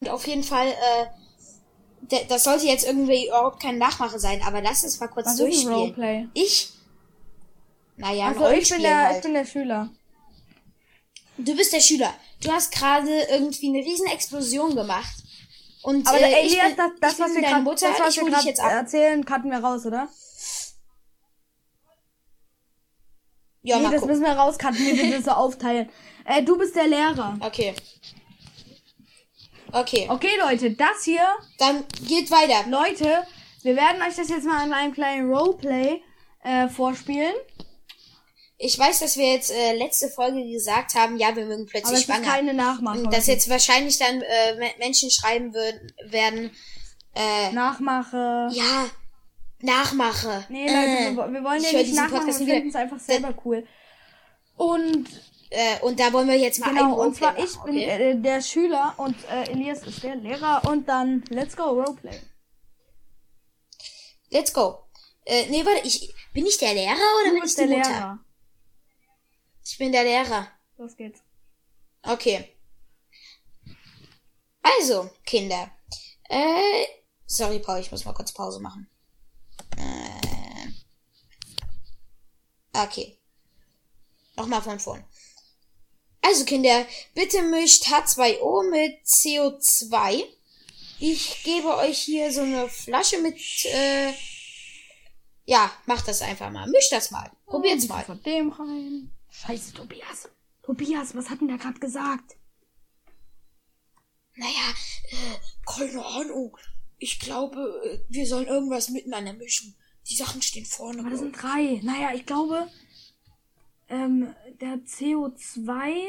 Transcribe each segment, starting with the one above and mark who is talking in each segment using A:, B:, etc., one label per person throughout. A: Und auf jeden Fall, äh, d- das sollte jetzt irgendwie überhaupt kein Nachmache sein, aber lass uns mal kurz
B: Was ist ein
A: durchspielen.
B: Also Roleplay?
A: Ich? Naja,
B: Also
A: ein
B: ich bin,
A: Rollenspiel
B: der, ich
A: halt.
B: bin der Schüler.
A: Du bist der Schüler. Du hast gerade irgendwie eine riesen Explosion gemacht. Und
B: Aber
A: äh, ich bin,
B: Elias, das,
A: ich
B: das,
A: bin
B: was wir
A: deine
B: gerade
A: Mutter,
B: das,
A: ich
B: was wir
A: hole dich
B: grad
A: jetzt ab.
B: erzählen, cutten wir raus, oder?
A: ja,
B: nee,
A: mal
B: das
A: gucken.
B: müssen wir rauscutten, wie wir das so aufteilen. Äh, du bist der Lehrer.
A: Okay. Okay,
B: Okay, Leute, das hier,
A: dann geht weiter.
B: Leute, wir werden euch das jetzt mal in einem kleinen Roleplay äh, vorspielen.
A: Ich weiß, dass wir jetzt äh, letzte Folge gesagt haben, ja, wir mögen
B: Aber
A: plötzlich
B: es ist
A: schwanger.
B: keine Nachmache.
A: Und dass jetzt wahrscheinlich dann äh, Me- Menschen schreiben würden, werden, äh,
B: Nachmache.
A: ja, Nachmache. Äh,
B: Nee, Leute, wir, wir wollen
A: ich
B: ja
A: höre
B: nicht
A: diesen
B: nachmachen, wir
A: Podcast nie wieder.
B: finden es einfach selber cool. Und
A: Äh, und da wollen wir jetzt mal ein
B: genau,
A: Roleplay
B: und zwar ich
A: machen,
B: bin
A: okay?
B: äh, der Schüler und äh, Elias ist der Lehrer und dann let's go Roleplay.
A: Let's go. Äh, nee, warte, ich, bin ich der Lehrer oder
B: Du
A: bin ich
B: bist
A: die
B: der
A: Mutter?
B: Lehrer.
A: Ich bin der Lehrer.
B: Los geht's.
A: Okay. Also, Kinder. Äh, sorry, Paul, ich muss mal kurz Pause machen. Äh, okay. Nochmal von vorn. Also, Kinder, bitte mischt H2O mit CO2. Ich gebe euch hier so eine Flasche mit, äh, ja, macht das einfach mal. Mischt das mal. Probiert's mal.
B: Von dem rein. Scheiße, Tobias. Tobias, was hat denn der gerade gesagt?
A: Naja, äh, keine Ahnung. Ich glaube, äh, wir sollen irgendwas miteinander mischen. Die Sachen stehen vorne.
B: Aber das sind
A: glaub
B: drei. Naja, ich glaube, ähm, der CO2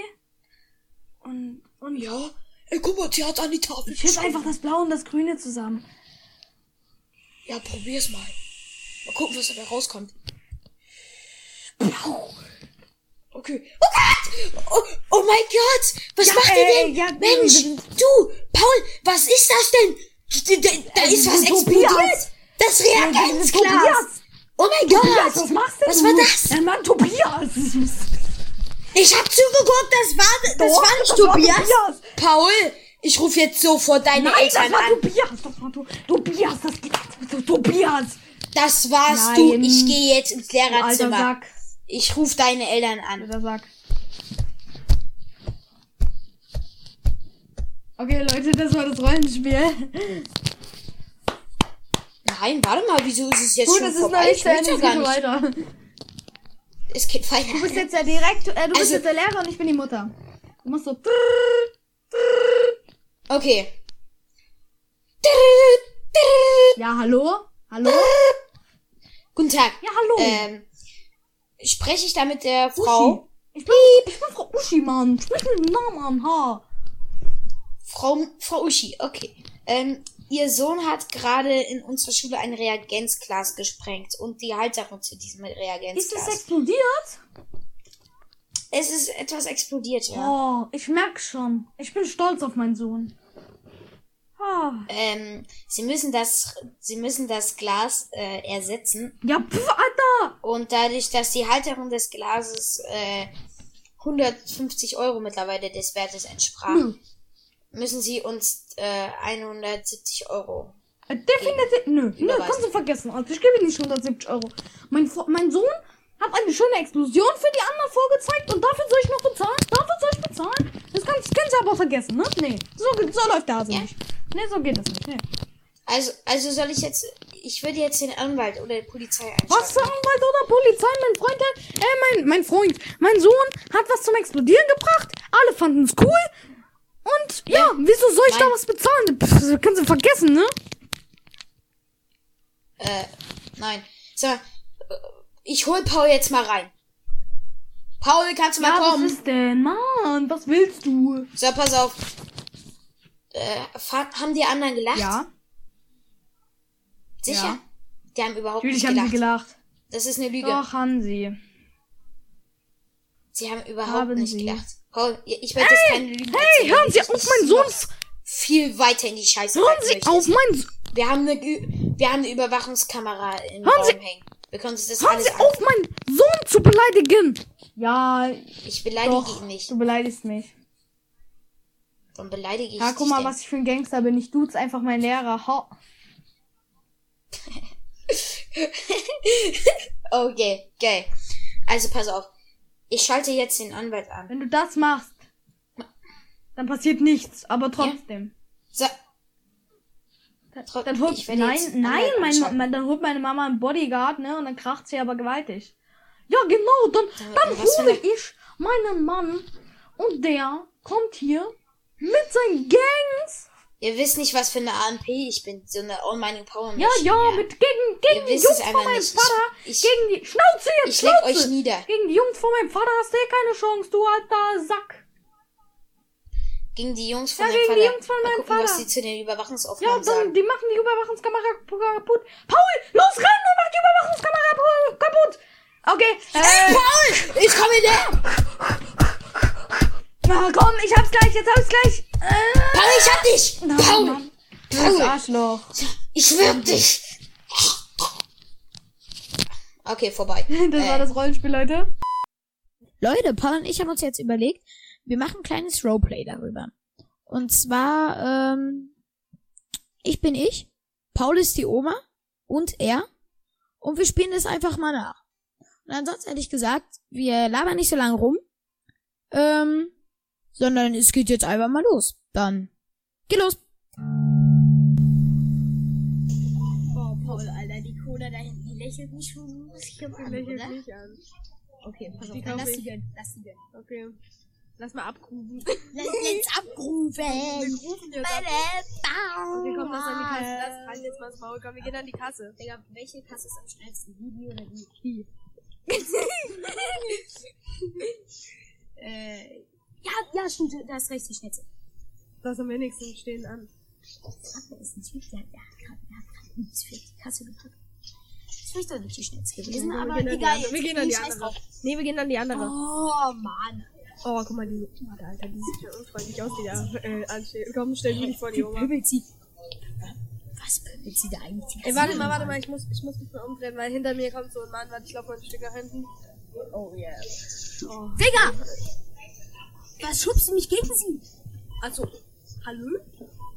B: und, und
A: ich. Ja? Ey, guck mal, sie hat an die Tafel
B: ich schieb
A: geschrieben.
B: einfach das Blaue und das Grüne zusammen.
A: Ja, probier's mal. Mal gucken, was dabei rauskommt. Okay. Oh Gott! Oh, oh mein Gott! Was
B: Ja,
A: macht
B: ey,
A: ihr denn?
B: ja,
A: Mensch,
B: du-
A: du, Paul, was ist das denn? Da, da, da
B: Äh,
A: ist was
B: Tobias!
A: explodiert. Das Reagenzglas.
B: Tobias!
A: Oh mein Gott!
B: Tobias, was machst denn
A: Was
B: du?
A: war das?
B: Ja, Mann, Tobias!
A: Ich hab zugeguckt, das war, das
B: Doch,
A: war nicht
B: das war
A: Tobias.
B: Tobias.
A: Paul, ich rufe jetzt sofort deine
B: Nein, das
A: Eltern
B: war
A: an.
B: Tobias! Das war to Tobias, das geht Tobias!
A: Das warst du.
B: Nein.
A: Ich gehe jetzt ins
B: Du Alter
A: Lehrerzimmer.
B: Sack.
A: Ich rufe deine Eltern an.
B: Alter Sack. Okay, Leute, das war das Rollenspiel.
A: Nein, warte mal, wieso ist es jetzt
B: Gut,
A: schon
B: es ist noch
A: vorbei?
B: nicht zu
A: ich
B: Ende,
A: will
B: es
A: ja gar
B: geht
A: nicht.
B: weiter.
A: Es geht weiter.
B: Du bist jetzt der Direktor, äh, du bist
A: Also-
B: jetzt der Lehrer und ich bin die Mutter. Du musst so.
A: Okay.
B: Ja, hallo? Hallo?
A: Guten Tag.
B: Ja, hallo.
A: Ähm, spreche ich da mit der
B: Uschi.
A: Frau?
B: Ich bin, ich bin Frau Uschi, Mann. Sprich mit dem Namen an, ha.
A: Frau, Frau Uschi, okay. Ähm, ihr Sohn hat gerade in unserer Schule ein Reagenzglas gesprengt und die Halterung zu diesem
B: Ist das
A: Reagenzglas.
B: explodiert?
A: Es ist etwas explodiert, ja.
B: Oh, ich merk schon. Ich bin stolz auf meinen Sohn. Ah.
A: Ähm, sie müssen das, sie müssen das Glas äh, ersetzen
B: Ja, pf, Alter.
A: und dadurch, dass die Halterung des Glases äh, 150 Euro mittlerweile des Wertes entsprach,
B: Nö.
A: müssen sie uns äh, 170 Euro.
B: Äh, Definitiv. Nö, nö,
A: Überweisen.
B: kannst du vergessen. Also ich gebe dir nicht 170 Euro. Mein, Fro- mein Sohn hat eine schöne Explosion für die anderen vorgezeigt und dafür soll ich noch bezahlen? Dafür soll ich bezahlen? Das kannst, kannst du aber vergessen, ne? Nee, so, ge- so läuft der Hase
A: Ja.
B: nicht. Nee, so geht das nicht. Nee.
A: Also, also soll ich jetzt, ich würde jetzt den Anwalt oder die Polizei einschalten.
B: Was für Anwalt oder Polizei, mein Freund, hat- äh, mein, mein Freund, mein Sohn hat was zum Explodieren gebracht. Alle fanden es cool. Und ja, wieso soll ich da
A: mein-
B: was bezahlen? Pff, kannst du vergessen, ne?
A: Äh, nein. So, äh, ich hol Paul jetzt mal rein. Paul, kannst du mal kommen?
B: denn? Mann, was willst du?
A: So, pass auf. Äh, fa- haben die anderen gelacht?
B: Ja,
A: Sicher?
B: ja.
A: Die haben überhaupt
B: natürlich
A: nicht
B: haben
A: gelacht.
B: sie gelacht.
A: Das ist eine Lüge.
B: Doch, haben sie.
A: Sie haben überhaupt
B: Haben
A: nicht
B: sie.
A: gelacht. Paul, ich werde jetzt keine Lügen
B: Hey, hören Sie auf, mein Sohn.
A: Viel weiter in die Scheiße.
B: Hören
A: reiten
B: Sie
A: möchtest.
B: auf, mein Sohn.
A: Wir haben eine, Ü- wir haben eine Überwachungskamera im
B: Hören
A: Raum
B: Sie-
A: hängen. Wir können uns das
B: Hören
A: alles
B: Sie auf, meinen Sohn zu beleidigen. Ja,
A: Ich beleidige
B: doch.
A: ihn nicht.
B: Du beleidigst mich.
A: Dann beleidige ich
B: Ja, guck
A: dich.
B: mal,
A: denn.
B: was ich für ein Gangster bin. Ich duze einfach meinen Lehrer. Ha.
A: Okay, geil. Also pass auf. Ich schalte jetzt den Anwalt an.
B: Wenn du das machst, dann passiert nichts. Aber trotzdem.
A: So.
B: Dann holt,
A: Ich werde
B: nein,
A: jetzt
B: nein,
A: Anwalt
B: mein,
A: anschalten.
B: mein, dann holt meine Mama einen Bodyguard, ne? Und dann kracht sie aber gewaltig. Ja, genau. Dann, dann
A: was für
B: hole
A: eine-
B: ich meinen Mann und der kommt hier mit seinen Gangs.
A: Ihr wisst nicht, was für eine AMP ich bin. So eine All-Mining Power
B: Ja,
A: Machine.
B: ja, mit gegen, gegen
A: Ihr
B: die
A: wisst es
B: Jungs von
A: einfach
B: meinem
A: nicht.
B: Vater.
A: Ich- ich-
B: gegen die Schnauze jetzt,
A: Ich leg
B: Schnauze.
A: euch nieder.
B: Gegen die Jungs von meinem Vater hast du eh keine Chance, du alter Sack.
A: Gegen die Jungs von
B: Ja,
A: meinem
B: gegen
A: Vater.
B: die Jungs von
A: Mal
B: meinem
A: gucken, was
B: Vater.
A: die zu den
B: Ja,
A: Überwachungsaufnahmen
B: dann,
A: sagen.
B: die machen die Überwachungskamera kaputt. Paul, los rein und mach die Überwachungskamera pu- kaputt. Okay. Äh,
A: Paul! Ich komme wieder!
B: na, äh, komm, ich hab's gleich, jetzt hab's gleich. Äh,
A: Paul, ich hab dich!
B: na,
A: Paul!
B: Mann.
A: Paul!
B: Arschloch.
A: Ich würg dich! Okay, vorbei.
B: Das war
A: Äh,
B: das Rollenspiel, Leute.
C: Leute, Paul und ich haben uns jetzt überlegt, wir machen ein kleines Roleplay darüber. Und zwar, ähm, ich bin ich, Paul ist die Oma und er. Und wir spielen das einfach mal nach. Und ansonsten hätte ich gesagt, wir labern nicht so lange rum, ähm, sondern es geht jetzt einfach mal los. Dann, geh los!
D: Boah, Oh, Paul, Alter, die Cola da hinten, die lächelt mich schon sicher an, oder?
E: mich an.
D: Okay, pass auf,
E: Die
D: dann
E: glaub
D: ne? Also, lass
E: ich.
D: die gönnen, lass die gönnen.
E: Okay. Lass mal abgrufen.
D: Lass, let's abrufen!
E: Wir rufen jetzt ab. Okay, komm, lass an die Kasse. Lass rein jetzt mal ins Maul. Komm, wir gehen an die Kasse.
D: Oh Digga, welche Kasse ist am schnellsten? Die, die oder die? äh, ja, ja, stimmt, da ist recht die schnellste.
E: Lass am wenigsten stehen an.
D: Kappe ist ein Typ, der der hat gerade der hat gerade nichts für die Kasse gepackt. Das ist vielleicht doch nicht die schnellste gewesen,
E: wir
D: aber
E: gehen an die
D: egal.
E: andere. Wir
D: jetzt-
E: gehen an die
D: scheiß
E: andere.
D: drauf.
E: Nee, wir gehen an die andere.
D: Oh, Mann.
E: Oh, guck mal, die Mutter, Alter, die sieht ja unfreundlich aus, die da äh, ansteht. Komm, stell dich nicht vor die
D: Die
E: Oma.
D: pöbelt sie. Was pöbelt sie da eigentlich? Die
E: Ey, warte
D: Kassiererin
E: mal, warte
D: an?
E: mal, ich muss, ich muss mich mal umdrehen, weil hinter mir kommt so ein Mann, warte, ich lauf mal ein Stück nach hinten. Oh, yeah. Oh.
D: Digga! Was schubst du mich gegen sie?
E: Also, hallo?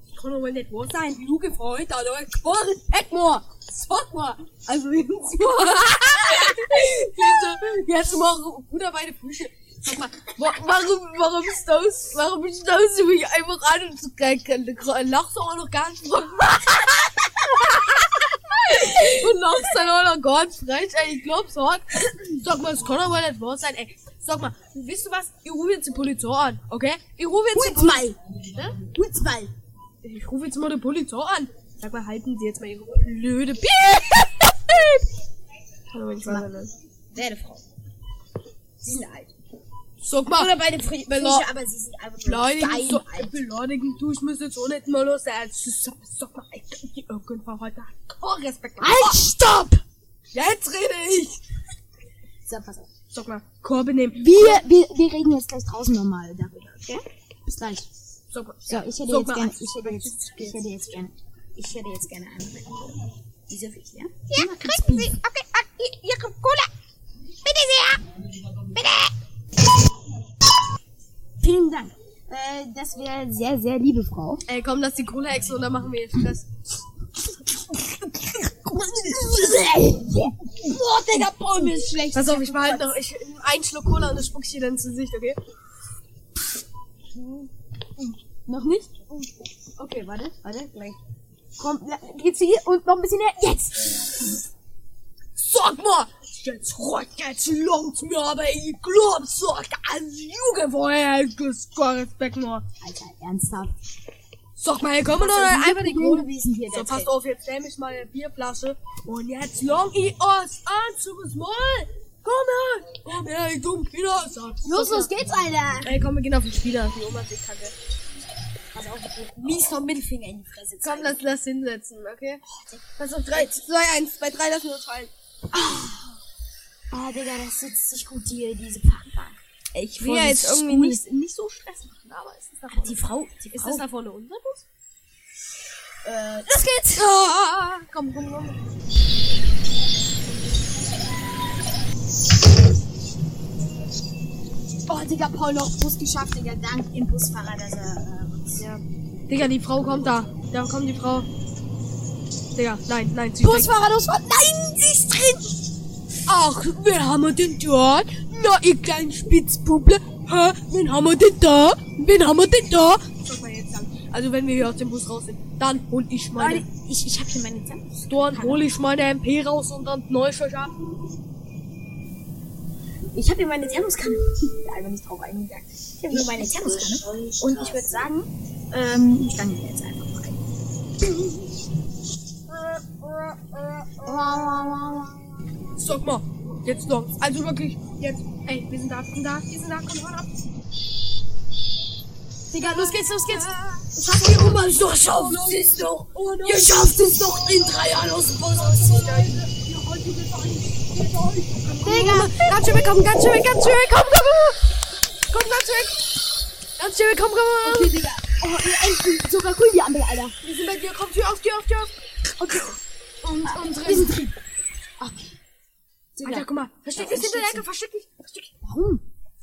E: Ich kann aber nicht wahr sein. Jugendfreund, hallo, Quarren.
D: Eckmoor! Sag mal!
E: Also, jetzt, jetzt mal guter beide Füße. Sag mal, wa- warum, warum staust, warum staust du mich einfach an und so, ge- ge- lachst auch noch ganz frech? und lachst dann auch noch ganz frech, ey, ich glaub's hart. Sag mal, es kann aber nicht wahr sein, ey. Sag mal, wisst ihr was? Ich rufe jetzt die Polizei an, okay? Ich rufe jetzt die
D: Hol's mal! Hol's mal!
E: ich rufe jetzt mal die Polizei an. Sag mal, halten Sie jetzt mal Ihre blöde Bi. Hallo, ich war nicht.
D: Werde Frau. Sie sind alt.
E: Sag mal,
D: Oder beide Frische, halt.
E: Bella-
D: aber sie sind einfach nur
E: beleidigen, so,
D: steinalt.
E: beleidigen tue ich mich jetzt auch nicht mal los. ey. Also, Sag, sag mal, Alter, die irgendwann heute hat keinen Respekt. mehr.
C: Halt, stopp!
E: Jetzt rede ich.
D: So, pass auf.
E: Sag mal, Korbe nehmen.
D: Wir, wir, wir reden jetzt gleich draußen nochmal darüber, okay? Bis gleich.
E: Sag mal,
D: So, ich hätte
E: Sag
D: jetzt
E: mal,
D: gerne,
E: Alex,
D: ich hätte jetzt, ich hätte jetzt gerne, ich hätte jetzt gerne einmal. Diese Fisch, ja? Ja, kriegen Sie, okay, ah, Ihre Cola. Bitte sehr. Bitte. Vielen Dank. Äh, das wäre sehr, sehr liebe Frau.
E: ey, komm, lass die Kohle ex und dann machen wir jetzt Stress.
D: Boah, Digga, Paul, mir ist schlecht.
E: Pass auf, ich behalte noch ich, einen Schluck Cola und das spuck ich dir dann ins Gesicht, okay?
D: Noch nicht? Okay, warte, warte, gleich. Komm, ja, geht's hier und noch ein bisschen her. Jetzt!
E: Sag mal, jetzt ruht jetzt langt mir, aber ich glaub's sagt als Jugend vorher ist kein Respekt mehr.
D: Alter, ernsthaft.
E: Sag mal, hier kommen doch einfach die
D: Problem
E: Krone.
D: gewesen hier,
E: So,
D: der
E: passt auf, jetzt nehm ich mal eine Bierflasche und jetzt long ich uns an zum Mal. Komm her, komm her, ich dumm Peter. Sag,
D: Los, los geht's, Alter!
E: Ey, komm, wir gehen auf den Spieler. Die Oma sieht kacke.
D: Pass auf, mies vom Mittelfinger in die Fresse.
E: Komm, lass, lass hinsetzen, okay? Pass auf, 3, 2, 1, bei 3 lassen wir uns fallen.
D: Ah, Digga, das sitzt sich gut hier, diese Parkbank.
E: Ich
D: will ja jetzt irgendwie
E: nicht, nicht so Stress machen, aber es ist nach vorne.
D: Die Frau, die
E: Ist
D: Frau.
E: das da vorne unser Bus?
D: äh, los geht's!
E: Ah, komm, komm, komm.
D: Oh, Digga, Paul noch Bus geschafft, Digga, dank dem Busfahrer, dass er, äh, Sehr
E: Digga, die Frau kommt da. Da kommt die Frau. Digga, nein, nein, sie ist weg.
F: Busfahrer, losfahren!
E: Nein, sie ist drin. Ach, wen haben wir denn dort? Na, ihr kleinen Spitzpuppe. Hä? Wen haben wir denn da? Wen haben wir denn da? Soll man jetzt sagen. Also, wenn wir hier aus dem Bus raus sind, dann hol ich meine...
D: Leute, ich, ich habe hier meine Zeit.
E: Dann hol ich meine MP raus und dann neu ich euch ab.
D: Ich habe hier meine Thermoskanne. Ich bin einfach nicht drauf eingegangen. Ich habe hier meine Thermoskanne. Und ich würde sagen, ähm, ich fange jetzt einfach mal ein.
E: Sag mal, jetzt noch. Also wirklich, jetzt. Ey, wir sind da, wir sind da, wir sind da, komm, hol ab. Digga, los geht's, los geht's. Schafft ihr Oma, ich doch schafft es doch. Ihr schafft es doch in drei Jahren aus dem Bus auszunehmen. Digga, ganz schön willkommen, ganz schön willkommen, ganz schön willkommen, komm, komm, komm, komm, ganz schön. Ganz schön willkommen, komm, komm. Okay, Digga. Oh, ey, sogar cool, die Ampel, Alter. Wir sind bei dir, komm, Tür auf, Tür auf, Tür auf. Okay. Und, und drin. Alter, guck mal. Versteck dich hinter der Ecke, versteck dich. Versteck dich. Warum?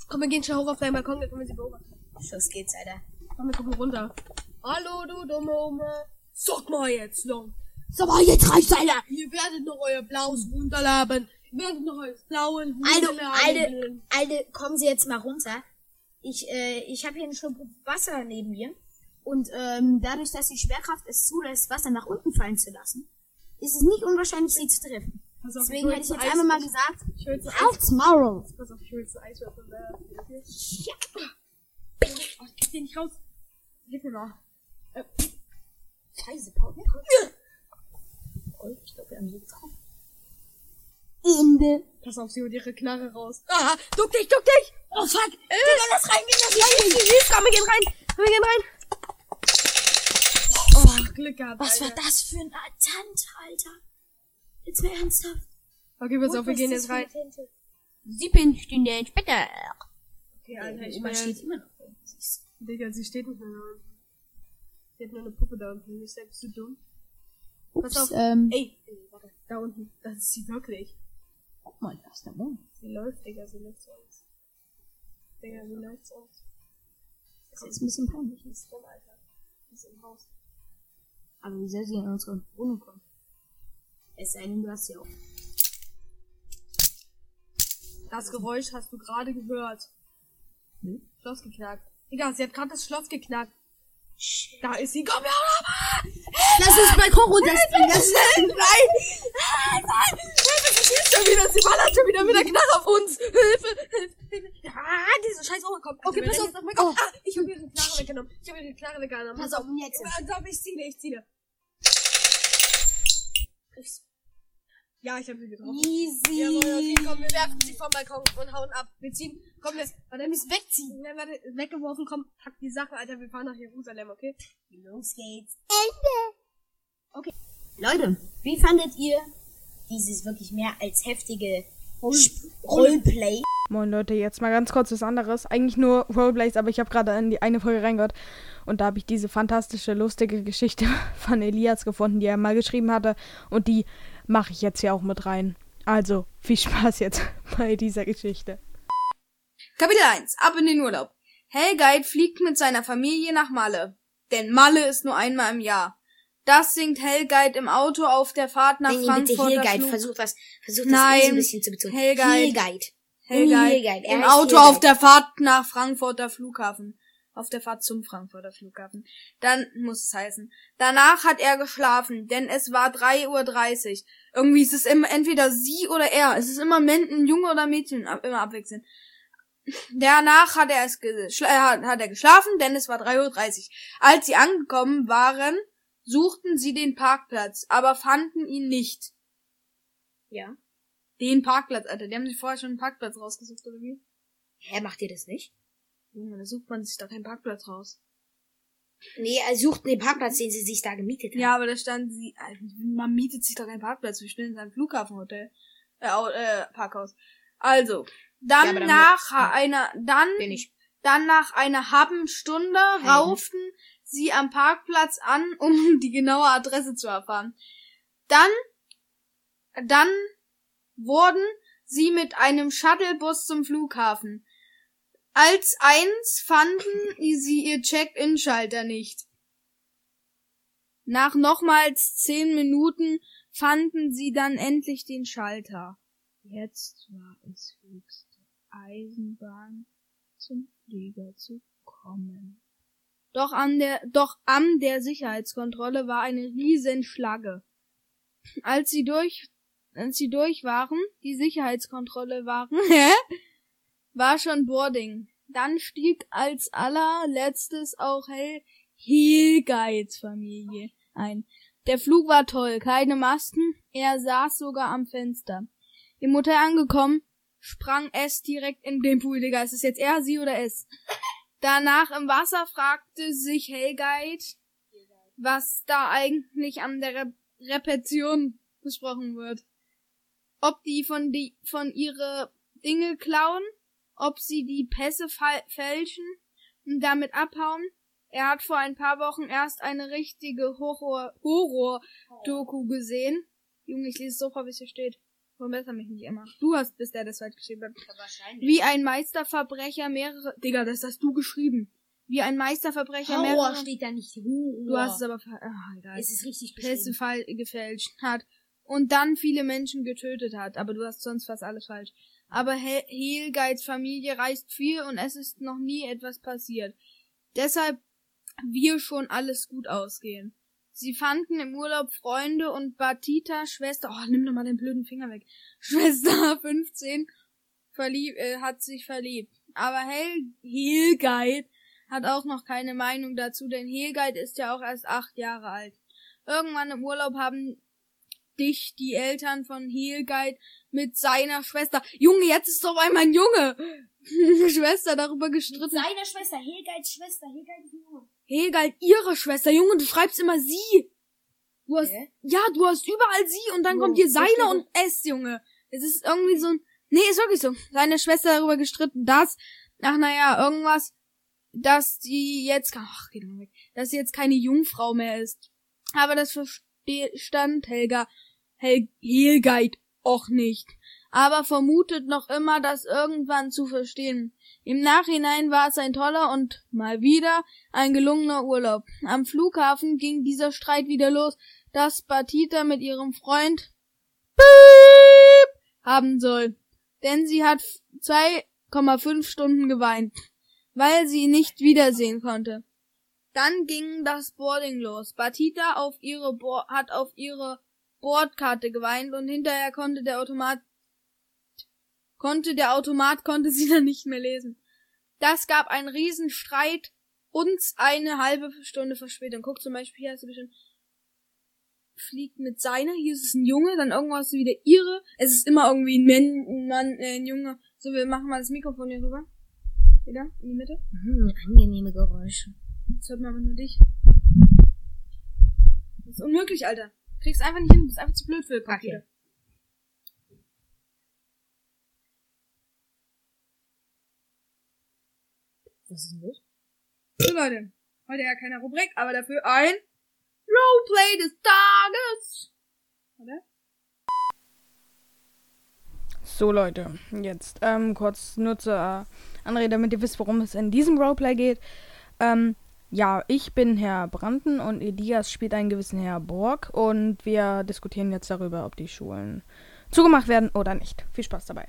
E: Komm, wir gehen schnell hoch auf deinen Balkon, dann können wir sie beobachten.
D: Los geht's, Alter.
E: Komm, wir gucken runter. Hallo, du dumme Oma. Sag mal jetzt noch.
F: Sag mal, jetzt reicht's, Alter!
E: Ihr werdet noch euer blaues runterlaben. Ihr werdet noch euer blauen
D: Alter, Alter,
E: runterlaben.
D: Alter, kommen Sie jetzt mal runter. Ich, äh, ich habe hier einen Schluck Wasser neben mir. Und ähm, dadurch, dass die Schwerkraft es zulässt, Wasser nach unten fallen zu lassen, ist es nicht unwahrscheinlich, sie zu treffen.
E: Pass auf,
D: Deswegen
E: hol
D: hätte ich jetzt
E: Eis-
D: einmal mal gesagt,
E: Ich will jetzt ein Eis.
F: Aufs Maul!
E: Pass auf, ich will jetzt ein Eiswürfel. Ja.
D: ja,
E: Oh, ich krieg den nicht raus. Gib mir mal.
D: scheiße, Paul. Oh, ich glaube, wir haben sie getroffen. Ende.
E: Pass auf, sie holt ihre Knarre raus. Aha, duck dich, duck dich! Oh fuck! Äh, Digga, lass rein, gehen, lass rein! Komm, wir gehen rein! Komm, wir gehen rein! Oh, Glück gehabt,
D: Was
E: Alter.
D: war das für ein Attent, Alter? Jetzt mal ernsthaft.
E: Okay, pass auf, wir
D: Was
E: gehen
D: ist
E: jetzt
D: das
E: rein.
D: für eine Tinte?
F: Sieben Stunden später.
E: Okay, Alter, ich
D: Oma
E: meine,
D: steht immer noch. da. Sie ist-
E: Digga, sie steht nicht mehr da unten. Sie hat nur eine Puppe da unten. Ist der, bist du dumm?
F: Ups,
E: Pass auf.
F: ähm,
E: Ey, ey, warte, da unten. Das ist sie wirklich.
F: guck mal, da ist der Mond.
E: Sie läuft, Digga, sie läuft zu uns. Digga, sie läuft zu uns.
D: Das ist ein bisschen peinlich.
E: Die ist dumm, Alter. Die ist im Haus.
D: Aber Also, wie soll sie in unsere Wohnung kommen? Es sei denn, du hast sie auch.
E: Das Geräusch hast du gerade gehört.
D: Nee.
E: Schloss geknackt. Digga, sie hat gerade das Schloss geknackt. Da ist sie. Komm, ja, oder?
D: Lass uns Balkon runterspringen. Lass uns
E: Nein! Ah, Nein! Hilfe, sie schießt schon wieder. Sie ballert schon wieder mit der Knarre auf uns. Hilfe! Hilfe! Ah, diese scheiß Oma kommt. Okay, pass auf. Oh. Ah, ich habe ihre Knarre weggenommen. Ich habe ihre Knarre weggenommen.
D: Pass auf, jetzt.
E: Pass auf, ich ziele, ich ziele. Ja, ich habe sie getroffen.
D: Easy.
E: Jawohl, okay, komm, wir werfen sie vom Balkon und hauen ab. Wir ziehen, komm, wir, warte, wir müssen wegziehen. Nein, warte, weggeworfen, komm, pack die Sachen, Alter, wir fahren nach Jerusalem, okay?
D: Los geht's. Ende. Okay. Leute, wie fandet ihr dieses wirklich mehr als heftige Sp- Roleplay?
G: Moin Leute, jetzt mal ganz kurz was anderes. Eigentlich nur Roleplays, aber ich habe gerade in die eine Folge reingehört und da habe ich diese fantastische, lustige Geschichte von Elias gefunden, die er mal geschrieben hatte und die mache ich jetzt hier auch mit rein. Also, viel Spaß jetzt bei dieser Geschichte.
H: Kapitel 1. Ab in den Urlaub. Helgeit fliegt mit seiner Familie nach Malle. Denn Malle ist nur einmal im Jahr. Das singt Helgeit im Auto auf der Fahrt nach
A: Nenn ihn bitte
H: Frankfurt.
A: Heelguide. Versuch was, versuch das
H: Nein.
A: eh so ein bisschen zu betonen.
H: Heelguide.
A: Heelguide. Heelguide. Er
H: Im
A: heißt
H: Auto
A: Heelguide.
H: auf der Fahrt nach Frankfurter Flughafen. Auf der Fahrt zum Frankfurter Flughafen. Dann muss es heißen. Danach hat er geschlafen, denn es war 3.30 Uhr. Irgendwie ist es immer entweder sie oder er. Es ist immer men- ein Junge oder Mädchen, ab- immer abwechselnd. Danach hat er es ge- schla- äh, hat hat er geschlafen, denn es war 3.30 Uhr. Als sie angekommen waren, suchten sie den Parkplatz, aber fanden ihn nicht.
A: Ja.
H: Den Parkplatz, Alter. Die haben sich vorher schon einen Parkplatz rausgesucht, oder wie?
A: Hä, macht ihr das nicht?
H: Junge, da sucht man sich doch keinen Parkplatz raus.
A: Nee, er sucht den Parkplatz, den sie sich da gemietet haben.
H: Ja, aber da stand sie, Alter, man mietet sich doch keinen Parkplatz, wir stehen in einem Flughafenhotel, äh, au- äh, Parkhaus. Also, dann,
A: Ja, aber dann-
H: nach
A: ja.
H: einer, dann,
A: Bin ich.
H: dann nach einer halben Stunde rauften sie am Parkplatz an, um die genaue Adresse zu erfahren. Dann, dann wurden sie mit einem Shuttlebus zum Flughafen
E: Als eins fanden sie ihr Check-in-Schalter nicht. Nach nochmals zehn Minuten fanden sie dann endlich den Schalter. Jetzt war es höchste Eisenbahn zum Flieger zu kommen. Doch an der, doch an der Sicherheitskontrolle war eine riesen Flagge. Als sie durch, als sie durch waren, die Sicherheitskontrolle waren, war schon Boarding. Dann stieg als allerletztes auch Hel Hilgeids Familie ein. Der Flug war toll, keine Masten, er saß sogar am Fenster. Im Hotel angekommen, sprang es direkt in den Pool, Digga. Ist es jetzt er, sie oder es? Danach im Wasser fragte sich Helgeit, was da eigentlich an der Re Repetition besprochen wird. Ob die von die von ihre Dinge klauen, ob sie die Pässe fal- fälschen und damit abhauen. Er hat vor ein paar Wochen erst eine richtige Horror Horror Doku gesehen. Junge, ich lese sofort, wie es hier steht. Verbessere mich nicht immer. Du hast bis der das weit geschrieben hat.
I: Wahrscheinlich.
E: Wie ein Meisterverbrecher mehrere. Digga, das hast du geschrieben. Wie ein Meisterverbrecher
I: Horror
E: mehrere.
I: steht da nicht.
E: Du hast es aber. ver- Ah, egal.
I: Es ist richtig
E: Pässe
I: geschrieben.
E: fal- gefälscht hat und dann viele Menschen getötet hat. Aber du hast sonst fast alles falsch. Aber Hel- Helgeids Familie reist viel und es ist noch nie etwas passiert. Deshalb wir schon alles gut ausgehen. Sie fanden im Urlaub Freunde und Batita Schwester, oh, nimm doch mal den blöden Finger weg. Schwester 15 verlieb, äh, hat sich verliebt. Aber Hel Helgeit hat auch noch keine Meinung dazu, denn Helgeit ist ja auch erst acht Jahre alt. Irgendwann im Urlaub haben dich die Eltern von Heelguide mit seiner Schwester. Junge, jetzt ist doch einmal ein Junge. Schwester darüber gestritten.
I: Seine Schwester, Helgeids Schwester, Helgeids Junge.
E: Heelguide, ihre Schwester. Junge, du schreibst immer sie. Du hast,
I: Hä?
E: ja, du hast überall sie und dann kommt hier seine und es, Junge. Es ist irgendwie so ein, nee, ist wirklich so. Seine Schwester darüber gestritten, dass, ach naja, irgendwas, dass die jetzt, ach, geht mal weg, dass sie jetzt keine Jungfrau mehr ist. Aber das verstand Helga, Hel Helgeit auch nicht. Aber vermutet noch immer, das irgendwann zu verstehen. Im Nachhinein war es ein toller und mal wieder ein gelungener Urlaub. Am Flughafen ging dieser Streit wieder los, dass Batita mit ihrem Freund Piep haben soll. Denn sie hat 2,5 Stunden geweint, weil sie ihn nicht wiedersehen konnte. Dann ging das Boarding los. Batita auf ihre Bo hat auf ihre Bordkarte geweint und hinterher konnte der Automat konnte der Automat konnte sie dann nicht mehr lesen. Das gab einen Riesenstreit und eine halbe Stunde Verspätung. Guck zum Beispiel, hier hast du bestimmt fliegt mit seiner, hier ist es ein Junge, dann irgendwo hast du wieder ihre. Es ist immer irgendwie ein Mann, ein, Mann, äh, ein Junge. So, wir machen mal das Mikrofon hier rüber. Wieder in die Mitte.
I: Hm, angenehme Geräusche.
E: Jetzt hört man aber nur dich. Das ist unmöglich, Alter. Kriegst einfach nicht hin, du bist einfach zu blöd für den Computer.
I: Was ist denn los?
E: So Leute, heute ja keine Rubrik, aber dafür ein Roleplay des Tages.
G: So Leute, jetzt ähm, kurz nur zur äh, Anrede, damit ihr wisst, worum es in diesem Roleplay geht. Ähm, ja, ich bin Herr Branden und Elias spielt einen gewissen Herr Borg und wir diskutieren jetzt darüber, ob die Schulen zugemacht werden oder nicht. Viel Spaß dabei.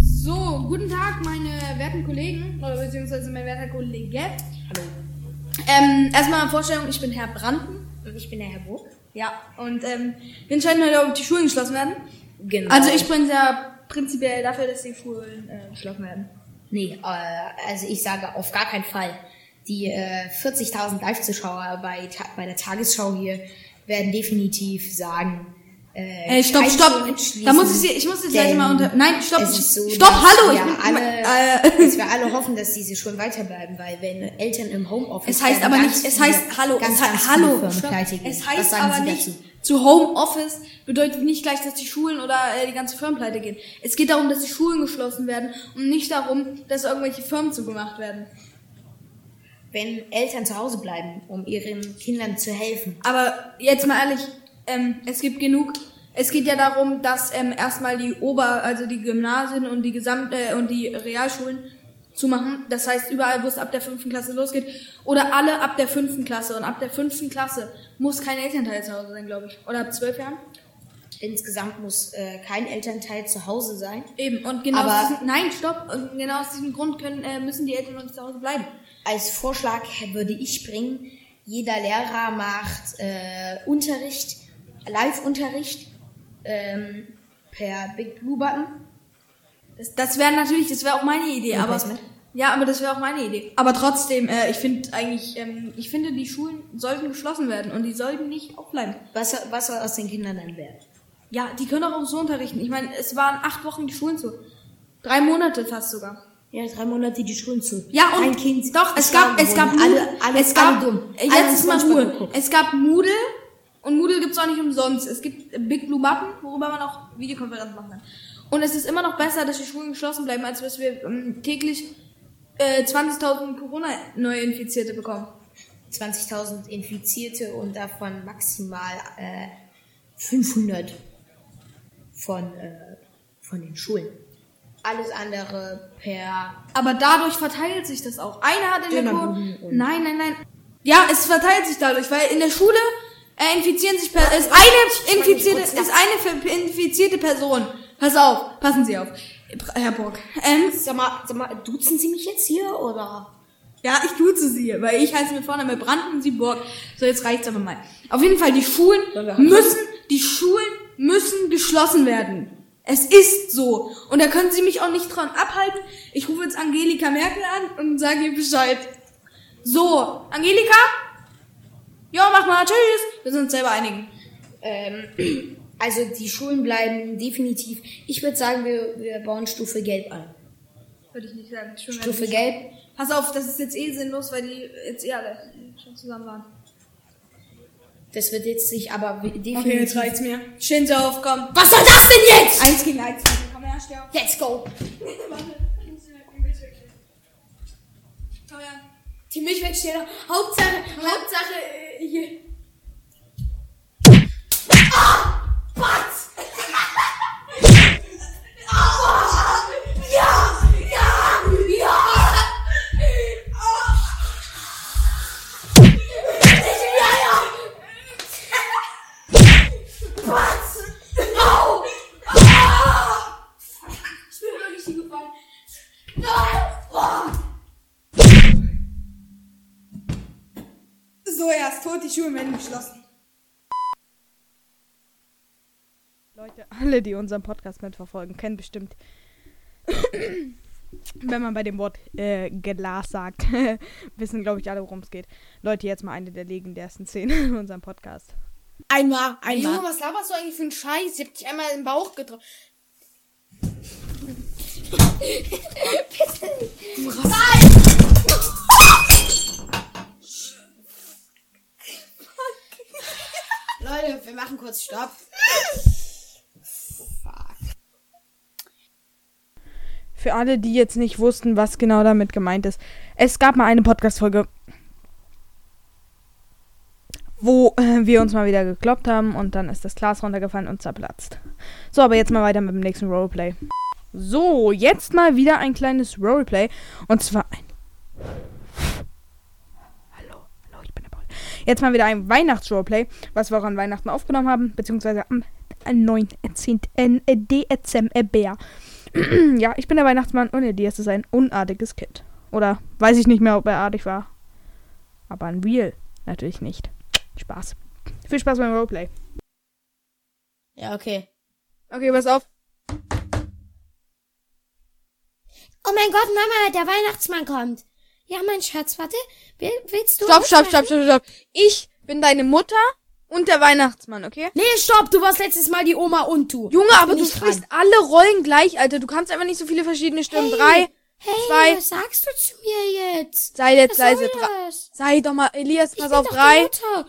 E: So, guten Tag, meine werten Kollegen, oder beziehungsweise mein werter Kollege. Hallo. Ähm, erstmal Vorstellung, ich bin Herr Branden.
I: Und ich bin der Herr Burg.
E: Ja, und ähm, wir entscheiden heute, ob die Schulen geschlossen werden.
I: Genau.
E: Also ich bin ja prinzipiell dafür, dass die Schulen äh, geschlossen werden.
I: Nee, äh, also ich sage auf gar keinen Fall. Die äh, 40.000 Live-Zuschauer bei, Ta bei der Tagesschau hier werden definitiv sagen, äh,
E: Ey, stopp,
I: keine
E: stopp.
I: Schulen schließen,
E: Da muss ich, sie- ich muss jetzt gleich
I: denn
E: mal unter. Nein, stopp.
I: es ist so,
E: stopp,
I: dass
E: hallo.
I: Wir
E: Ich bin,
I: alle,
E: äh,
I: dass wir alle hoffen, dass diese Schulen weiterbleiben, weil wenn Eltern im Homeoffice
E: es heißt
I: werden,
E: aber
I: ganz
E: nicht, es
I: viele-
E: heißt, hallo,
I: ganz,
E: es he-
I: ganz viele
E: hallo,
I: Firmen
E: stopp.
I: pleite gehen.
E: es
I: Was
E: heißt
I: sagen
E: aber
I: Sie
E: nicht,
I: dazu?
E: zu Homeoffice bedeutet nicht gleich, dass die Schulen oder äh, die ganze Firmen pleite gehen. Es geht darum, dass die Schulen geschlossen werden und nicht darum, dass irgendwelche Firmen zugemacht werden.
I: Wenn Eltern zu Hause bleiben, um ihren Kindern zu helfen.
E: Aber jetzt mal ehrlich, ähm, es gibt genug Es geht ja darum, dass ähm, erstmal die Ober-, also die Gymnasien und die gesamte äh, und die Realschulen zu machen. Das heißt, überall, wo es ab der fünften Klasse losgeht, oder alle ab der fünften Klasse. Und ab der fünften Klasse muss kein Elternteil zu Hause sein, glaube ich. Oder ab zwölf Jahren.
A: Insgesamt muss äh, kein Elternteil zu Hause sein.
E: Eben. Und genau
A: Aber-
E: aus diesem, nein, stopp. Und genau aus diesem Grund können, äh, müssen die Eltern noch nicht zu Hause bleiben.
A: Als Vorschlag würde ich bringen, jeder Lehrer macht äh, Unterricht, Live-Unterricht ähm, per Big Blue Button.
E: Das, das wäre natürlich, das wäre auch meine Idee,
A: Ja,
E: aber
A: weiß nicht.
E: ja, aber das wäre auch meine Idee. Aber trotzdem, äh, ich finde eigentlich, ähm, ich finde die Schulen sollten geschlossen werden und die sollten nicht aufbleiben.
A: Was, soll- was soll aus den Kindern dann werden?
E: Ja, die können auch so unterrichten. Ich meine, es waren acht Wochen die Schulen zu, drei Monate fast sogar.
A: Ja, drei Monate die Schulen zu.
E: Ja und
A: ein Kind.
E: doch, es gab, es
A: geschlagen
E: gab, Moodle.
A: worden. alle, alle,
E: es gab,
A: alle dumm.
E: äh,
A: Alle
E: jetzt ist mal
A: haben Spongebob
E: Moodle.
A: geguckt.
E: Es gab Moodle und Moodle gibt's auch nicht umsonst. Es gibt äh, Big Blue Mappen, worüber man auch Videokonferenzen machen kann. Und es ist immer noch besser, dass die Schulen geschlossen bleiben, als dass wir ähm, täglich äh, 20.000 Corona-Neuinfizierte bekommen.
A: 20.000 Infizierte und davon maximal äh, 500 von, äh, von den Schulen. Alles andere per
E: Aber dadurch verteilt sich das auch. Einer hat in der Kur
A: Dönerbuden und-
E: Nein, nein, nein. Ja, es verteilt sich dadurch, weil in der Schule äh, infizieren sich per ist eine infizierte ist eine ver- infizierte Person. Pass auf, passen Sie auf. Herr Burg. Ähm,
A: Sag mal, sag mal, duzen Sie mich jetzt hier oder?
E: ja, ich duze sie, weil ich heiße mit Vornamen Brand und sie Burg. So, jetzt reicht's aber mal. Auf jeden Fall, die Schulen müssen, die Schulen müssen geschlossen werden. Es ist so. Und da können Sie mich auch nicht dran abhalten. Ich rufe jetzt Angelika Merkel an und sage ihr Bescheid. So, Angelika? Ja, mach mal, tschüss. Wir sind uns selber einigen.
A: Ähm, also die Schulen bleiben definitiv. Ich würde sagen, wir, wir bauen Stufe Gelb an.
E: Würde ich nicht sagen.
A: Stufe Gelb.
E: Pass auf, das ist jetzt eh sinnlos, weil die jetzt eh alle schon zusammen waren.
A: Das wird jetzt sich aber wi-
E: Okay,
A: definitiv.
E: jetzt reicht's mir. Shinzo aufkommen.
A: Was soll das denn jetzt?
E: Eins gegen eins. Komm her, steh auf.
A: Let's go.
E: Komm her. Die Milchwelt steht noch. Hauptsache, Hauptsache äh, hier. So, er ist tot, die Schuhe werden geschlossen.
G: Leute, alle, die unseren Podcast mitverfolgen, kennen bestimmt, wenn man bei dem Wort äh, Glas sagt, wissen, glaube ich, alle, worum es geht. Leute, jetzt mal eine der legendärsten Szenen in unserem Podcast.
J: Einmal, Ah, einmal.
B: Junge, was laberst du eigentlich für einen Scheiß? Ich hab dich einmal im Bauch getroffen.
A: Leute, wir machen kurz Stopp.
G: Für alle, die jetzt nicht wussten, was genau damit gemeint ist. Es gab mal eine Podcast-Folge, wo äh, wir uns mal wieder gekloppt haben und dann ist das Glas runtergefallen und zerplatzt. So, aber jetzt mal weiter mit dem nächsten Roleplay. So, jetzt mal wieder ein kleines Roleplay. Und zwar ein. Hallo, hallo, ich bin der Paul. Jetzt mal wieder ein Weihnachts-Roleplay, was wir auch an Weihnachten aufgenommen haben, beziehungsweise am 9. 10. Dezember. Ja, ich bin der Weihnachtsmann und Elias ist ein unartiges Kind. Oder weiß ich nicht mehr, ob er artig war. Aber ein Real natürlich nicht. Spaß. Viel Spaß beim Roleplay.
B: Ja, okay.
G: Okay, pass auf.
B: Oh mein Gott, Mama, der Weihnachtsmann kommt. Ja, mein Schatz, warte. Will- Willst du.
J: Stopp, stopp, stopp, stopp, stopp. Ich bin deine Mutter und der Weihnachtsmann, okay?
B: Nee, stopp, du warst letztes Mal die Oma und du.
J: Junge, aber
B: bin
J: du
B: ich
J: sprichst alle Rollen gleich, Alter. Du kannst einfach nicht so viele verschiedene Stimmen. Drei,
B: hey,
J: zwei-
B: was sagst du zu mir jetzt?
J: sei jetzt
B: Was soll
J: leise. Drei,
B: das?
J: sei doch mal, Elias,
B: Ich
J: pass
B: bin
J: auf.
B: doch die
J: Drei,
B: Mutter.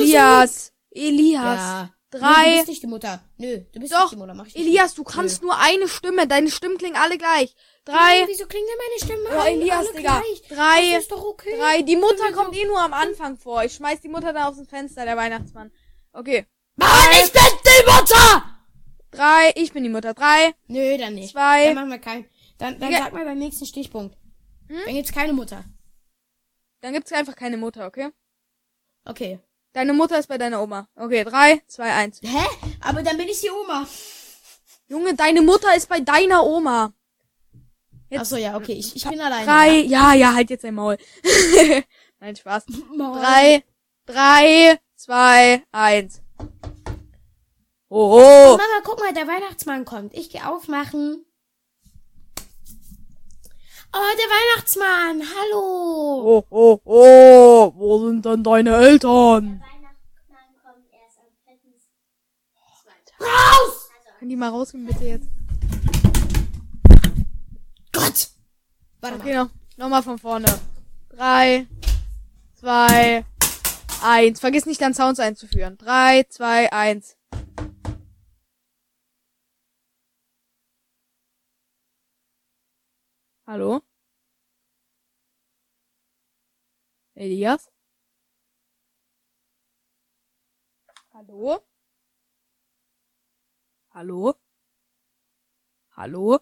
J: Elias, Elias.
B: Ja. Nö, du
J: Drei.
B: bist nicht die Mutter. Nö, du bist
J: Doch,
B: nicht die Mutter. Mach ich nicht.
J: Elias, du kannst nur eine Stimme. Deine Stimmen klingen alle gleich.
B: Hey,
J: Drei,
B: wieso klingt denn meine Stimme
J: oh,
B: alle
J: Elias, Digga.
B: gleich?
J: Drei,
B: Das ist doch okay.
J: drei. Die Mutter kommt eh nur am Anfang vor. Ich schmeiß die Mutter da aus dem Fenster, der Weihnachtsmann. Okay,
K: Mann, ich bin die Mutter!
E: Drei, ich bin die Mutter. Drei,
D: Nö, dann nicht.
E: Zwei.
D: Dann machen wir keinen. Dann, dann
E: Ja.
D: sag mal deinen nächsten Stichpunkt. Dann gibt's keine Mutter.
E: dann gibt's einfach keine Mutter, okay?
D: Okay.
E: Deine Mutter ist bei deiner Oma. Okay, drei, zwei, eins.
D: Hä? Aber dann bin ich die Oma.
E: Junge, deine Mutter ist bei deiner Oma.
D: Ach so, ja, okay. Ich, ich bin alleine.
E: Drei, ja, ja, halt jetzt dein Maul. Nein, Spaß. Drei, drei, zwei, eins. Oh, oh.
D: Mama, guck mal, der Weihnachtsmann kommt. Ich gehe aufmachen. Oh, der Weihnachtsmann. Hallo.
G: Oh, oh, oh, wo sind denn deine Eltern?
E: Kann die mal rausgehen bitte jetzt?
D: Gott. Warte mal.
E: Okay, noch, noch mal von vorne. Drei, zwei, eins. Vergiss nicht, dann Sounds einzuführen. Drei, zwei, eins. Hallo? Elias? Hallo? Hallo? Hallo?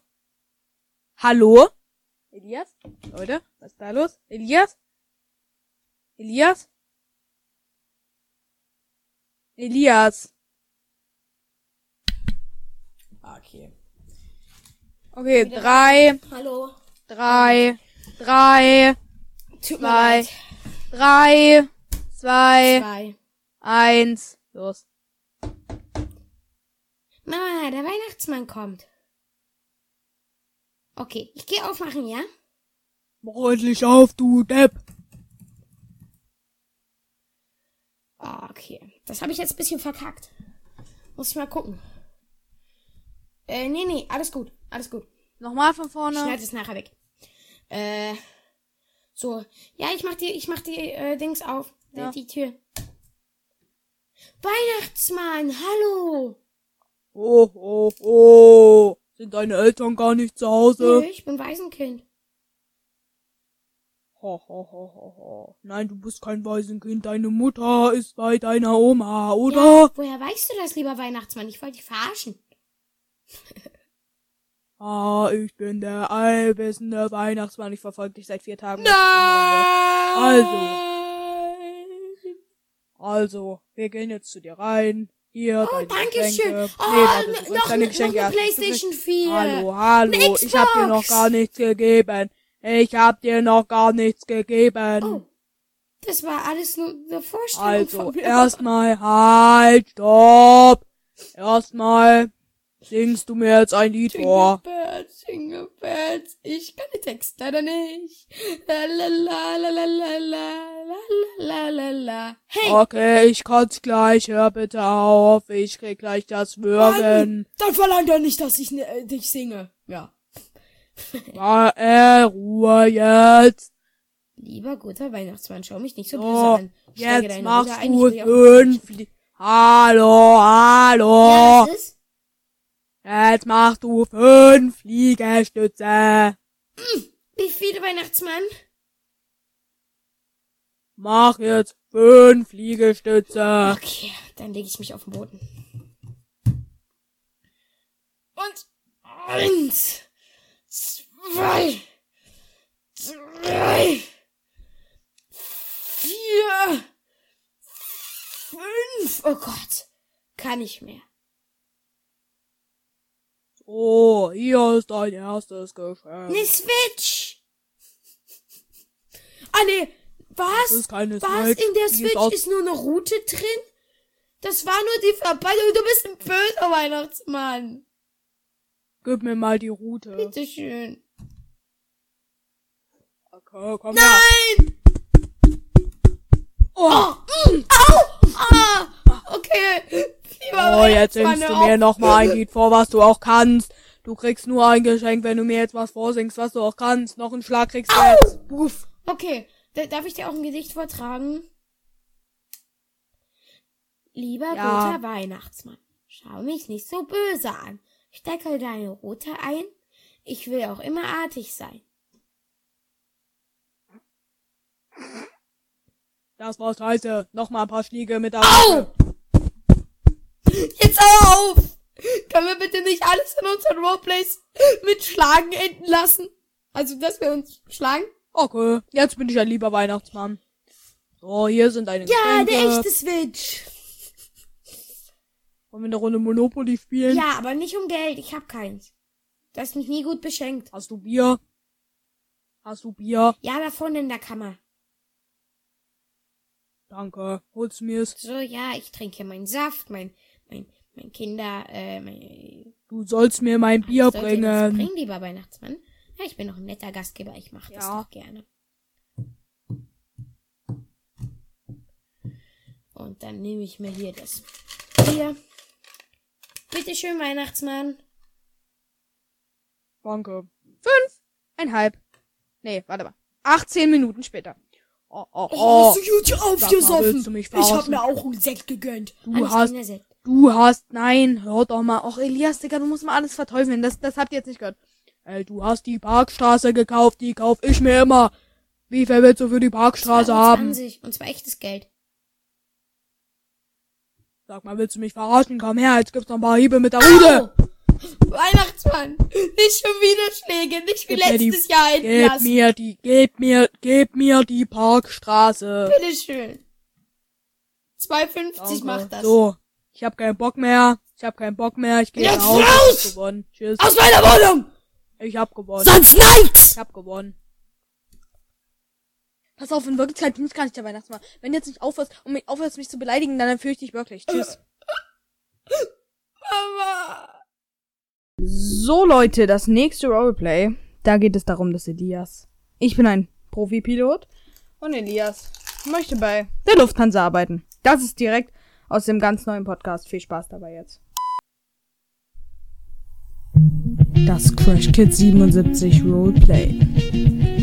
E: Hallo? Elias? Leute, was ist da los? Elias? Elias? Elias.
D: Okay.
E: Okay, drei,
D: Hallo.
E: drei, drei,
D: Tut
E: zwei, drei, zwei,
D: Bye.
E: eins. Los.
D: Mama, der Weihnachtsmann kommt. Okay, ich gehe aufmachen, ja?
G: Mach endlich auf, du Depp.
D: Ah, okay. Das habe ich jetzt ein bisschen verkackt. Muss ich mal gucken. Äh, nee, nee, alles gut. Alles gut.
E: Nochmal von
D: Ich
E: vorne.
D: schneide es nachher weg. Äh, so. Ja, ich mach die, ich mach die, äh, Dings auf.
E: Ja.
D: Die Tür. Weihnachtsmann, hallo.
G: Oh, oh, oh, sind deine Eltern gar nicht zu
D: Nö,
G: Hause?
D: ich bin Waisenkind.
G: Ho, ho, ho, ho, ho. Nein, du bist kein Waisenkind, deine Mutter ist bei deiner Oma, oder?
D: Ja, woher weißt du das, lieber Weihnachtsmann? Ich wollte dich verarschen.
G: Ah, ich bin der allwissende Weihnachtsmann. Ich verfolge dich seit vier Tagen. Nein! Also. Also, wir gehen jetzt zu dir rein. Hier,
D: Oh,
G: deine
D: danke schön.
G: Geschenke.
D: Oh,
G: nee, warte, du
D: ne-
G: bringst
D: noch,
G: deine
D: ne-
G: Geschenke
D: noch eine
G: erst. Du kriegst-
D: Playstation 4.
G: Hallo, hallo.
D: Eine
G: Ich hab dir noch
D: Xbox.
G: gar nichts gegeben. Ich hab dir noch gar nichts gegeben.
D: Oh, das war alles nur eine Vorstellung
G: Also,
D: von mir.
G: erstmal halt, stopp. Erstmal singst du mir jetzt ein Lied vor.
D: Jingle Bells, Jingle Bells, ich kann den Text leider nicht. La la la la la la la la la la la. Hey,
G: Okay, ich kann's gleich. Hör bitte auf. Ich krieg gleich das Würgen.
D: dann verlang doch nicht, dass ich ne, äh, dich singe. Ja.
G: War äh, Ruhe jetzt.
D: Lieber guter Weihnachtsmann, schau mich nicht so
G: So,
D: böse an. Ich steige
G: Jetzt
D: deine
G: machst
D: Mutter ein,
G: du
D: ich will dich auch-
G: fünf. Lie- Hallo,
D: Ja,
G: hallo.
D: was ist?
G: Jetzt machst du fünf Liegestütze.
D: Wie viele Weihnachtsmann?
G: Mach jetzt fünf Liegestütze.
D: Okay, dann lege ich mich auf den Boden. Und eins, zwei, drei, vier, fünf. Oh Gott, kann ich mehr.
G: So, Oh, hier ist dein erstes Geschenk.
D: Ne Switch. Ah ne,
G: Das
D: was?
G: ist keine
D: Was
G: Switch.
D: in der
G: Die
D: Switch
G: aus-
D: ist nur eine Route drin? Das war nur die Verpackung. Du bist ein böser Weihnachtsmann.
G: Gib mir mal die Route.
D: Bitteschön.
G: Okay, komm Nein! her.
D: Okay.
G: Oh, jetzt singst du mir nochmal ein Lied vor, was du auch kannst. Du kriegst nur ein Geschenk, wenn du mir jetzt was vorsingst, was du auch kannst. Noch einen Schlag kriegst du jetzt. Uff.
D: Okay, da- darf ich dir auch ein Gedicht vortragen? Lieber
G: Ja.
D: guter Weihnachtsmann, schau mich nicht so böse an. Stecke deine Rute ein. Ich will auch immer artig sein.
G: Das war scheiße. Nochmal ein paar Schläge mit der Route.
D: auf! Können wir bitte nicht alles in unseren Roleplays mit Schlagen enden lassen? Also, dass wir uns schlagen?
E: Okay, jetzt bin ich ein lieber Weihnachtsmann. So, hier sind deine
D: Ja,
E: Geschenke.
D: der echte Switch.
E: Wollen wir eine Runde Monopoly spielen?
D: Ja, aber nicht um Geld. Ich hab keins. Du hast mich nie gut beschenkt.
E: Hast du Bier? Hast du Bier?
D: Ja, da vorne in der Kammer.
E: Danke. Holst du mir's?
D: So, ja, ich trinke hier meinen Saft, mein, mein, mein Kinder, äh, mein, Ah,
E: Du sollst mir mein Bier
D: Sollte ihr das
E: bringen.
D: bringen, lieber Weihnachtsmann. Ja, ich bin noch ein netter Gastgeber, ich mache das
E: Ja.
D: doch gerne. Und dann nehme ich mir hier das Bier. Bitteschön, Weihnachtsmann.
E: Danke. Fünf, einhalb. Nee, warte mal. 18 Minuten später. Oh, oh, oh.
D: gut
E: aufgesoffen? willst du mich Ich hab verarschen? mir
D: auch einen Sekt gegönnt.
E: Du hast, du hast, nein, hör doch mal. Och, Elias, Digga, du musst mal alles verteufeln. Das, das habt ihr jetzt nicht gehört. Ey, du hast die Parkstraße gekauft, die kauf ich mir immer. Wie viel willst du für die Parkstraße haben?
D: Und zwar echtes Geld.
E: Sag mal, willst du mich verarschen? Komm her, jetzt gibt's noch ein paar Hiebe mit der Rude.
D: Weihnachtsmann, nicht schon wieder Schläge, nicht wie
E: Gib mir die-
D: letztes Jahr in
E: Gib
D: Lassen.
E: mir die, gib mir, gib mir die Parkstraße.
D: Bitteschön. 2,50 macht das.
E: So, ich hab keinen Bock mehr. Ich hab keinen Bock mehr. Ich gehe
D: Jetzt
E: nach Hause. Ich hab gewonnen. Tschüss.
D: Aus meiner Wohnung!
E: Ich hab gewonnen.
D: Sonst nichts!
E: Ich hab gewonnen.
G: Pass auf, in Wirklichkeit bin ich gar nicht der Weihnachtsmann. Wenn du jetzt nicht aufhörst und mich aufhörst, mich zu beleidigen, dann fürchte ich dich wirklich. Tschüss.
E: So Leute, das nächste Roleplay, da geht es darum, dass Elias, ich bin ein Profipilot und Elias möchte bei der Lufthansa arbeiten. Das ist direkt aus dem ganz neuen Podcast. Viel Spaß dabei jetzt. Das Crash Kids 77 Roleplay,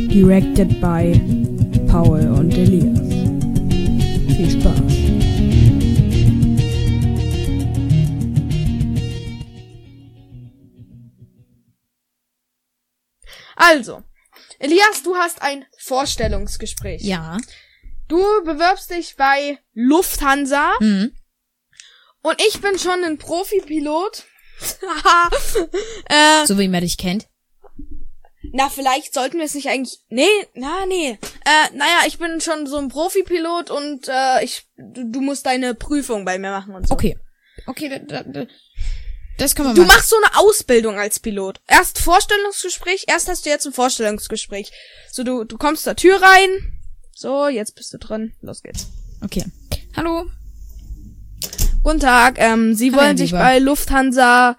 E: directed by Paul und Elias. Viel Spaß.
G: Also, Elias, du hast ein Vorstellungsgespräch.
K: Ja.
G: Du bewirbst dich bei Lufthansa
K: Mhm.
G: und ich bin schon ein Profipilot. Haha. äh,
K: So wie man dich kennt.
G: na, vielleicht sollten wir es nicht eigentlich. Nee, na, nee. Äh, naja, ich bin schon so ein Profipilot und äh, ich. Du, du musst deine Prüfung bei mir machen und so.
K: Okay. Okay, da, da, da. das kann man
G: Du
K: machen.
G: machst so eine Ausbildung als Pilot. Erst Vorstellungsgespräch, erst hast du jetzt ein Vorstellungsgespräch. So, du, du kommst zur Tür rein. So, jetzt bist du drin. Los geht's.
K: Okay. Hallo.
G: Guten Tag. Ähm, Sie
K: Hallo,
G: wollen
K: mein
G: sich
K: Lieber.
G: bei Lufthansa.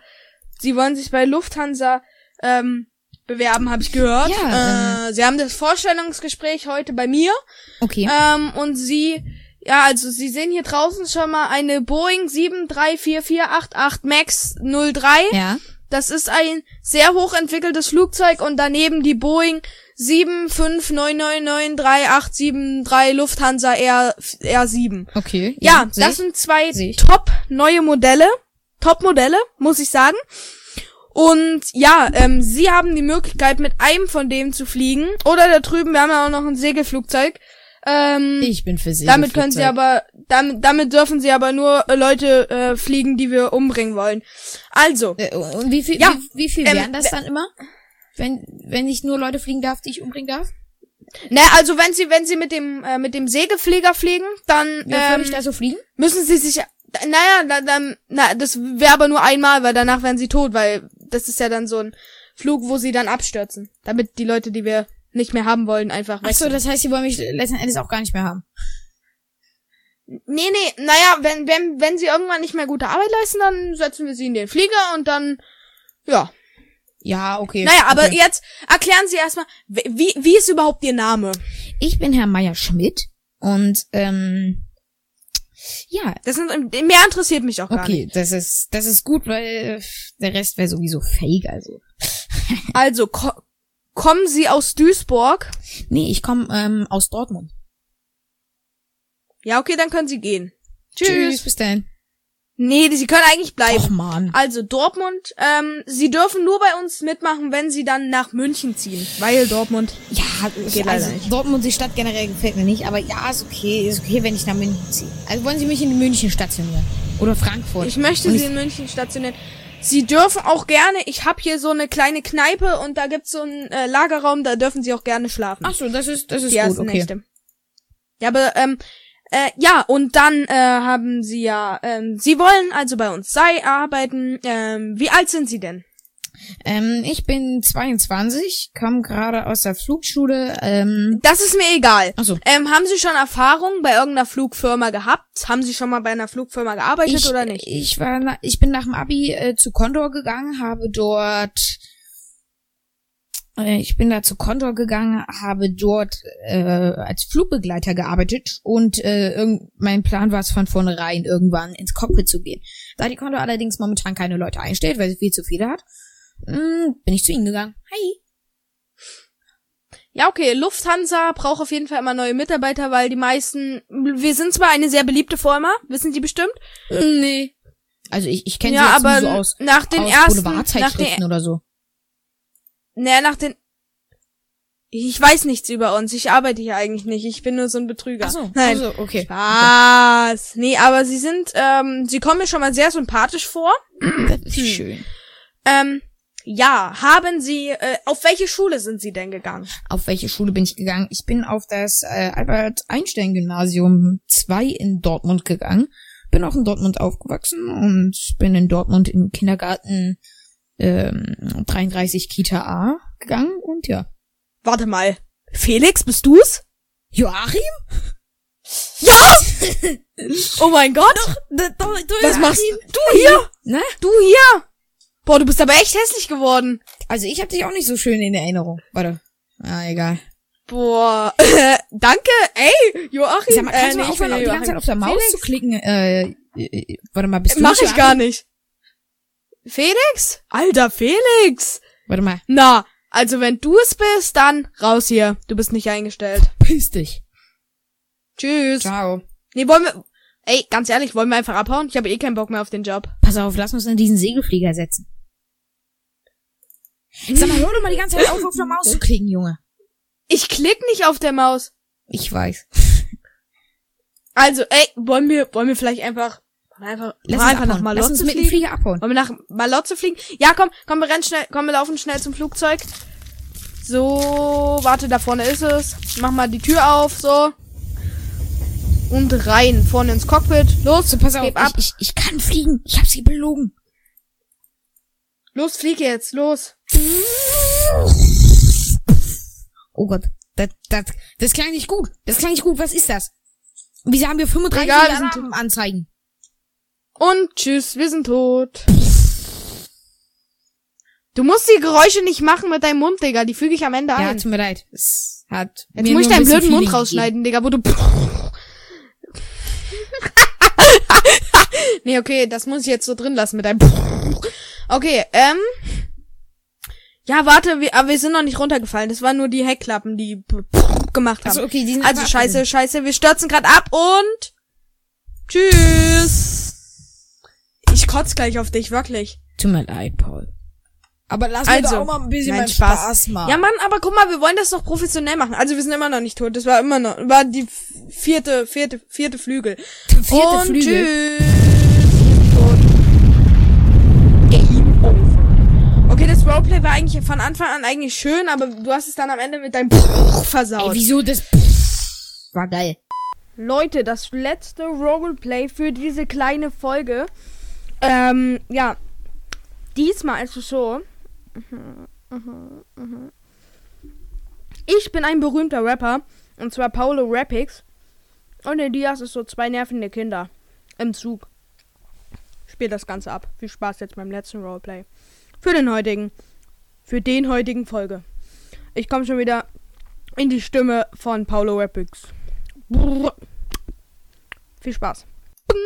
G: Sie wollen sich bei Lufthansa ähm, bewerben, habe ich gehört.
K: Ja, ähm.
G: äh, Sie haben das Vorstellungsgespräch heute bei mir.
K: Okay.
G: Ähm, und Sie. Ja, also Sie sehen hier draußen schon mal eine Boeing 734488 MAX 03.
K: ja.
G: Das ist ein sehr hochentwickeltes Flugzeug und daneben die Boeing 759993873 Lufthansa R, R7.
K: Okay.
G: Ja,
K: seh
G: das
K: ich.
G: sind zwei
K: Seh ich.
G: top neue Modelle. Top Modelle, muss ich sagen. Und ja, ähm, sie haben die Möglichkeit, mit einem von denen zu fliegen. Oder da drüben, wir haben ja auch noch ein Segelflugzeug. Ähm,
K: ich bin für Sie.
G: damit können sie aber, damit, damit dürfen sie aber nur äh, Leute äh, fliegen, die wir umbringen wollen. Also,
K: Äh, Und wie viel,
G: Ja,
K: wie, wie viel
G: ähm,
K: wären das dann immer? Wenn, wenn ich nur Leute fliegen darf, die ich umbringen darf?
G: Ne, also wenn sie, wenn sie mit dem, äh, mit dem Segelflieger fliegen, dann
K: Wie ähm, würde ich
G: ähm,
K: da so fliegen?
G: müssen sie sich, naja, na, dann, na, das wäre aber nur einmal, weil danach wären sie tot, weil das ist ja dann so ein Flug, wo sie dann abstürzen, damit die Leute, die wir nicht mehr haben wollen, einfach weg.
K: Achso, das heißt, sie wollen mich letzten Endes auch gar nicht mehr haben.
G: Nee, nee, naja, wenn, wenn, wenn sie irgendwann nicht mehr gute Arbeit leisten, dann setzen wir sie in den Flieger und dann, ja.
K: Ja, okay.
G: Naja, aber
K: okay.
G: jetzt erklären Sie erstmal, wie- wie, wie ist überhaupt Ihr Name?
K: Ich bin Herr Meier Schmidt und ähm, ja,
G: Das sind, mehr interessiert mich auch gar nicht.
K: okay, das ist das ist gut, weil äh, der Rest wäre sowieso fake. Also
G: Also, ko kommen Sie aus Duisburg?
K: nee, ich komme ähm, aus Dortmund.
G: Ja, okay, dann können Sie gehen. Tschüss.
K: bis dann.
G: Nee, Sie können eigentlich
K: Och
G: bleiben.
K: man,
G: Also Dortmund, ähm, Sie dürfen nur bei uns mitmachen, wenn Sie dann nach München ziehen. Weil Dortmund.
K: ja, ich,
G: leider
K: also
G: nicht.
K: Dortmund die Stadt generell gefällt mir nicht, aber ja, ist okay, ist okay, wenn ich nach München ziehe. Also wollen Sie mich in München stationieren? Oder Frankfurt.
G: Ich möchte
K: Und
G: sie in München stationieren. Sie dürfen auch gerne, ich habe hier so eine kleine Kneipe und da gibt's so einen äh, Lagerraum, da dürfen sie auch gerne schlafen.
K: Ach so, das ist, das ist
G: die
K: gut,
G: ersten
K: okay.
G: Nächte. Ja, aber ähm, äh, ja, und dann äh, haben sie ja, ähm, sie wollen also bei uns sei arbeiten. Ähm, wie alt sind sie denn?
K: Ähm, ich bin 22, komme gerade aus der Flugschule. Ähm,
G: Das ist mir egal.
K: Ach so.
G: Ähm, haben Sie schon Erfahrung bei irgendeiner Flugfirma gehabt? Haben Sie schon mal bei einer Flugfirma gearbeitet
K: ich, äh,
G: oder nicht?
K: Ich, war, na- ich bin nach dem Abi äh, zu Condor gegangen, habe dort... äh, Ich bin da zu Condor gegangen, habe dort äh, als Flugbegleiter gearbeitet und äh, irgend, mein Plan war es von vornherein, irgendwann ins Cockpit zu gehen. Da die Condor allerdings momentan keine Leute einstellt, weil sie viel zu viele hat, mh, bin ich zu ihnen gegangen. Hi.
G: Ja, okay. Lufthansa braucht auf jeden Fall immer neue Mitarbeiter, weil die meisten, wir sind zwar eine sehr beliebte Firma, wissen Sie bestimmt.
K: Nee. Also ich, ich kenne
G: ja,
K: sie jetzt
G: aber
K: nur so aus,
G: nach den
K: aus
G: ersten, nach
K: Boulevardzeitschriften
G: den,
K: oder so.
G: ne, nach den, ich weiß nichts über uns. Ich arbeite hier eigentlich nicht. Ich bin nur so ein Betrüger.
K: Ach so,
G: Nein.
K: also, okay.
G: Was? Nee, aber sie sind, ähm, sie kommen mir schon mal sehr sympathisch vor.
K: Das
G: Hm.
K: ist schön.
G: Ähm, ja, haben sie, äh, auf welche Schule sind sie denn gegangen?
K: Auf welche Schule bin ich gegangen? Ich bin auf das äh, Albert-Einstein-Gymnasium 2 in Dortmund gegangen. Bin auch in Dortmund aufgewachsen und bin in Dortmund im Kindergarten ähm, 33 Kita A gegangen und ja.
G: Warte mal. Felix, bist du's?
K: Joachim?
G: Oh mein Gott. Was machst du hier?
K: Ne?
G: Du hier? Boah, du bist aber echt hässlich geworden.
K: Also ich habe dich auch nicht so schön in Erinnerung. Warte. Ah, egal.
G: Boah, äh, danke, ey, Joachim.
K: Sag mal, kannst
G: äh,
K: du mal
G: nee, ich bin
K: aufhören, auch die
G: der
K: ganze Zeit
G: Joachim.
K: auf der Maus
G: Felix,
K: zu klicken? Äh, äh, warte mal, bist du
G: Mach
K: nicht
G: ich
K: Joachim?
G: gar nicht. Felix? Alter, Felix.
K: Warte mal,
G: Na, also wenn du es bist, dann raus hier. Du bist nicht eingestellt.
K: piss dich.
G: Tschüss.
K: Ciao.
G: Nee, wollen wir... Ey, ganz ehrlich, wollen wir einfach abhauen? Ich habe eh keinen Bock mehr auf den Job.
K: Pass auf, lass uns in diesen Segelflieger setzen. Sag mal, hör doch mal die ganze Zeit auf, auf der Maus zu klicken, Junge.
G: Ich klick nicht auf der Maus.
K: Ich weiß.
G: Also, ey, wollen wir, wollen wir vielleicht einfach, wollen wir einfach,
K: Lass
G: mal
K: uns,
G: einfach nach
K: abhauen. lass uns
G: Malotze
K: mit dem
G: fliegen?
K: Flieger abhauen.
G: Wollen wir nach Malotze fliegen? Ja, komm, komm, wir rennen schnell, komm, wir laufen schnell zum Flugzeug. So, warte, da vorne ist es. Mach mal die Tür auf, so. Und rein, vorne ins Cockpit. Los,
K: So, pass auf,
G: heb ab.
K: Ich, ich, ich kann fliegen. Ich hab sie belogen.
G: Los, flieg jetzt, los.
K: Oh Gott, das, das, das klang nicht gut. Das klang nicht gut. Was ist das? Wieso haben wir 35
G: Egal, wir sind-
K: Alarmanzeigen?
G: Und tschüss, wir sind tot. Du musst die Geräusche nicht machen mit deinem Mund, Digga. Die füge ich am Ende
K: Ja,
G: ein.
K: tut mir leid. Es hat
G: Jetzt
K: mir
G: muss ich
K: nur
G: deinen
K: ein bisschen
G: blöden Mund
K: Feeling
G: rausschneiden, Digga, wo du. nee, okay, das muss ich jetzt so drin lassen mit deinem. okay, ähm. Ja, warte, wir, aber wir sind noch nicht runtergefallen. Das waren nur die Heckklappen, die gemacht
K: gegeben.
G: haben.
K: Also, okay, die sind
G: Also
K: aber
G: scheiße, scheiße, wir stürzen gerade ab und tschüss. Ich kotz gleich auf dich, wirklich.
K: abgehoben. Tut mir leid, Paul. Aber lass mir
G: Also,
K: doch auch mal ein bisschen
G: nein,
K: meinen
G: Spaß.
K: Spaß, machen.
G: Ja, Mann, aber guck mal, wir wollen das noch professionell machen. Also wir sind immer noch nicht tot. Das war immer noch, war die vierte, vierte, vierte Flügel.
K: Vierte
G: und
K: Flügel.
G: tschüss. Und Game over. Okay, das Roleplay war eigentlich von Anfang an eigentlich schön, aber du hast es dann am Ende mit deinem versaut.
K: Ey, wieso das war geil.
G: Leute, das letzte Roleplay für diese kleine Folge. Ähm, ja. Diesmal ist es so. Mhm, mhm, mhm. Ich bin ein berühmter Rapper. Und zwar Paolo Rappix. Und Elias ist so zwei nervende Kinder. Im Zug. Spielt das Ganze ab. Viel Spaß jetzt beim letzten Roleplay. Für den heutigen. Für den heutigen Folge. Ich komme schon wieder in die Stimme von Paolo Rappix. Brrr. Viel Spaß. Bing.